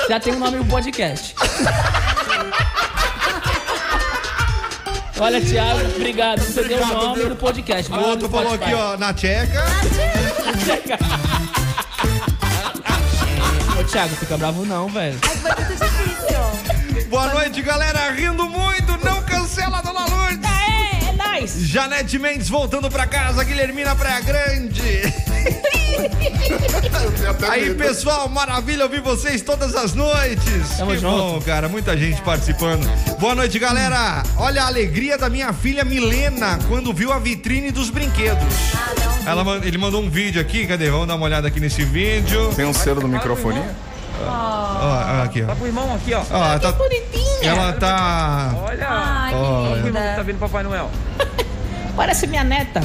Speaker 6: Já tem o nome do podcast. Olha, Thiago, obrigado. Você deu o nome do podcast.
Speaker 5: O Ah, outro falou aqui, ó, na tcheca.
Speaker 4: é
Speaker 6: Ô, Thiago, fica bravo não, velho.
Speaker 5: Boa noite, galera. Rindo muito, não cancela, dona Lourdes.
Speaker 6: É, é nóis.
Speaker 5: Janete Mendes voltando pra casa, Guilhermina Praia Grande. Aí, pessoal, maravilha ouvir vocês todas as noites.
Speaker 6: Tamo
Speaker 5: que
Speaker 6: junto.
Speaker 5: bom, cara, muita gente participando. Boa noite, galera. Olha a alegria da minha filha Milena quando viu a vitrine dos brinquedos. Ela, man- ele mandou um vídeo aqui, cadê? Vamos dar uma olhada aqui nesse vídeo.
Speaker 7: Tem um selo do microfone?
Speaker 5: Ó, ó, aqui, ó.
Speaker 12: Tá pro irmão aqui, ó.
Speaker 5: Ó, tá-
Speaker 6: bonitinha.
Speaker 5: Ela tá.
Speaker 12: Olha.
Speaker 6: Ai, que
Speaker 12: Olha pro
Speaker 6: linda.
Speaker 12: irmão
Speaker 4: É.
Speaker 12: que tá vendo Papai Noel.
Speaker 6: Parece minha neta.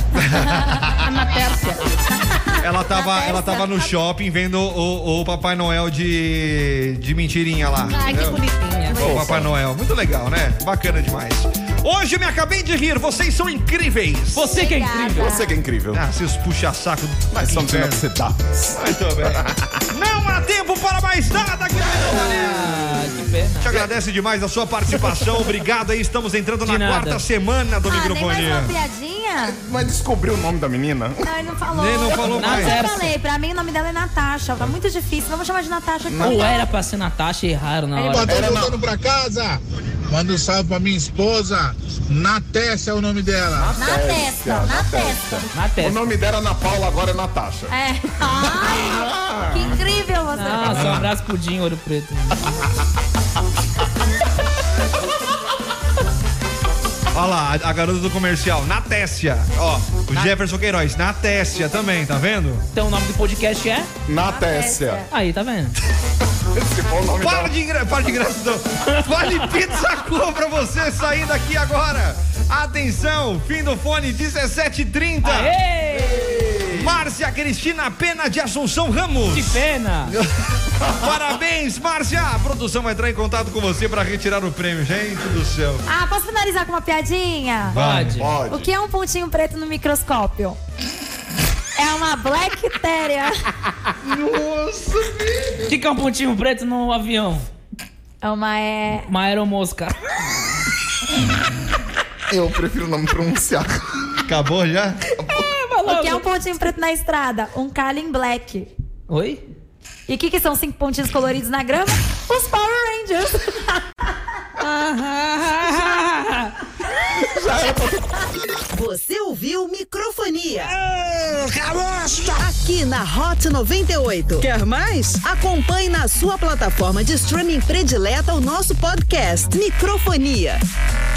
Speaker 6: Ana Tércia.
Speaker 5: Ela tava, ela tava no shopping vendo o, o Papai Noel de, de mentirinha lá.
Speaker 6: Ai, que
Speaker 5: entendeu?
Speaker 6: bonitinha.
Speaker 5: Ô, Papai Noel, muito legal, né? Bacana demais. Hoje eu me acabei de rir, vocês são incríveis.
Speaker 6: Você que é incrível.
Speaker 7: Você que é incrível.
Speaker 5: Ah, seus puxa-saco.
Speaker 7: Mas É só não sei o que você tá- dá.
Speaker 5: Muito bem. Não há tempo para mais nada aqui no
Speaker 4: Ah,
Speaker 6: Que pena.
Speaker 5: Te agradece demais a sua participação. Obrigado aí. Estamos entrando na
Speaker 7: nada.
Speaker 5: quarta semana do
Speaker 4: Ah, nem mais
Speaker 5: microfone.
Speaker 4: uma piadinha?
Speaker 7: Mas descobriu o nome da menina?
Speaker 4: Não, ele não falou.
Speaker 7: Nem não falou
Speaker 4: Mas
Speaker 7: mais.
Speaker 4: Eu falei, pra mim o nome dela é Natasha. Tá muito difícil. Vamos chamar de Natasha aqui.
Speaker 6: Ou
Speaker 7: é.
Speaker 6: era pra ser Natasha e erraram na hora.
Speaker 9: Tô tá voltando pra casa. Manda um salve pra minha esposa. Natessa é o nome dela.
Speaker 4: Na testa, na testa.
Speaker 6: Na testa.
Speaker 7: O nome dela Ana Paula agora é Natasha.
Speaker 4: É. Ai, que incrível você.
Speaker 6: Nossa, um abraço pro Dinho Ouro Preto.
Speaker 5: Olha lá, a, a garota do comercial, na Tessia. Ó, o Jefferson Queiroz, na Tessia também, tá vendo?
Speaker 6: Então o nome do podcast é?
Speaker 7: Na Tessia.
Speaker 6: Aí, tá vendo?
Speaker 5: Para de, engra... para de graça, não. Vale Pizza Co pra você sair daqui agora. Atenção, fim do fone 17h30. Márcia Cristina Pena de Assunção Ramos. Que
Speaker 6: pena.
Speaker 5: Parabéns, Márcia. A produção vai entrar em contato com você pra retirar o prêmio. Gente do céu.
Speaker 4: Ah, posso finalizar com uma piadinha?
Speaker 5: Pode. Pode.
Speaker 4: O que é um pontinho preto no microscópio? É uma bactéria.
Speaker 5: Nossa,
Speaker 6: O que, que é um pontinho preto no avião?
Speaker 4: É uma é.
Speaker 6: Uma aeromosca.
Speaker 7: Eu prefiro não me pronunciar.
Speaker 5: Acabou já?
Speaker 4: O que é um pontinho preto na estrada? Um Kalin Black.
Speaker 6: Oi?
Speaker 4: E o que, que são cinco pontinhos coloridos na grama? Os Power Rangers.
Speaker 3: Você ouviu Microfonia. Ah, Aqui na Hot 98. Quer mais? Acompanhe na sua plataforma de streaming predileta o nosso podcast Microfonia.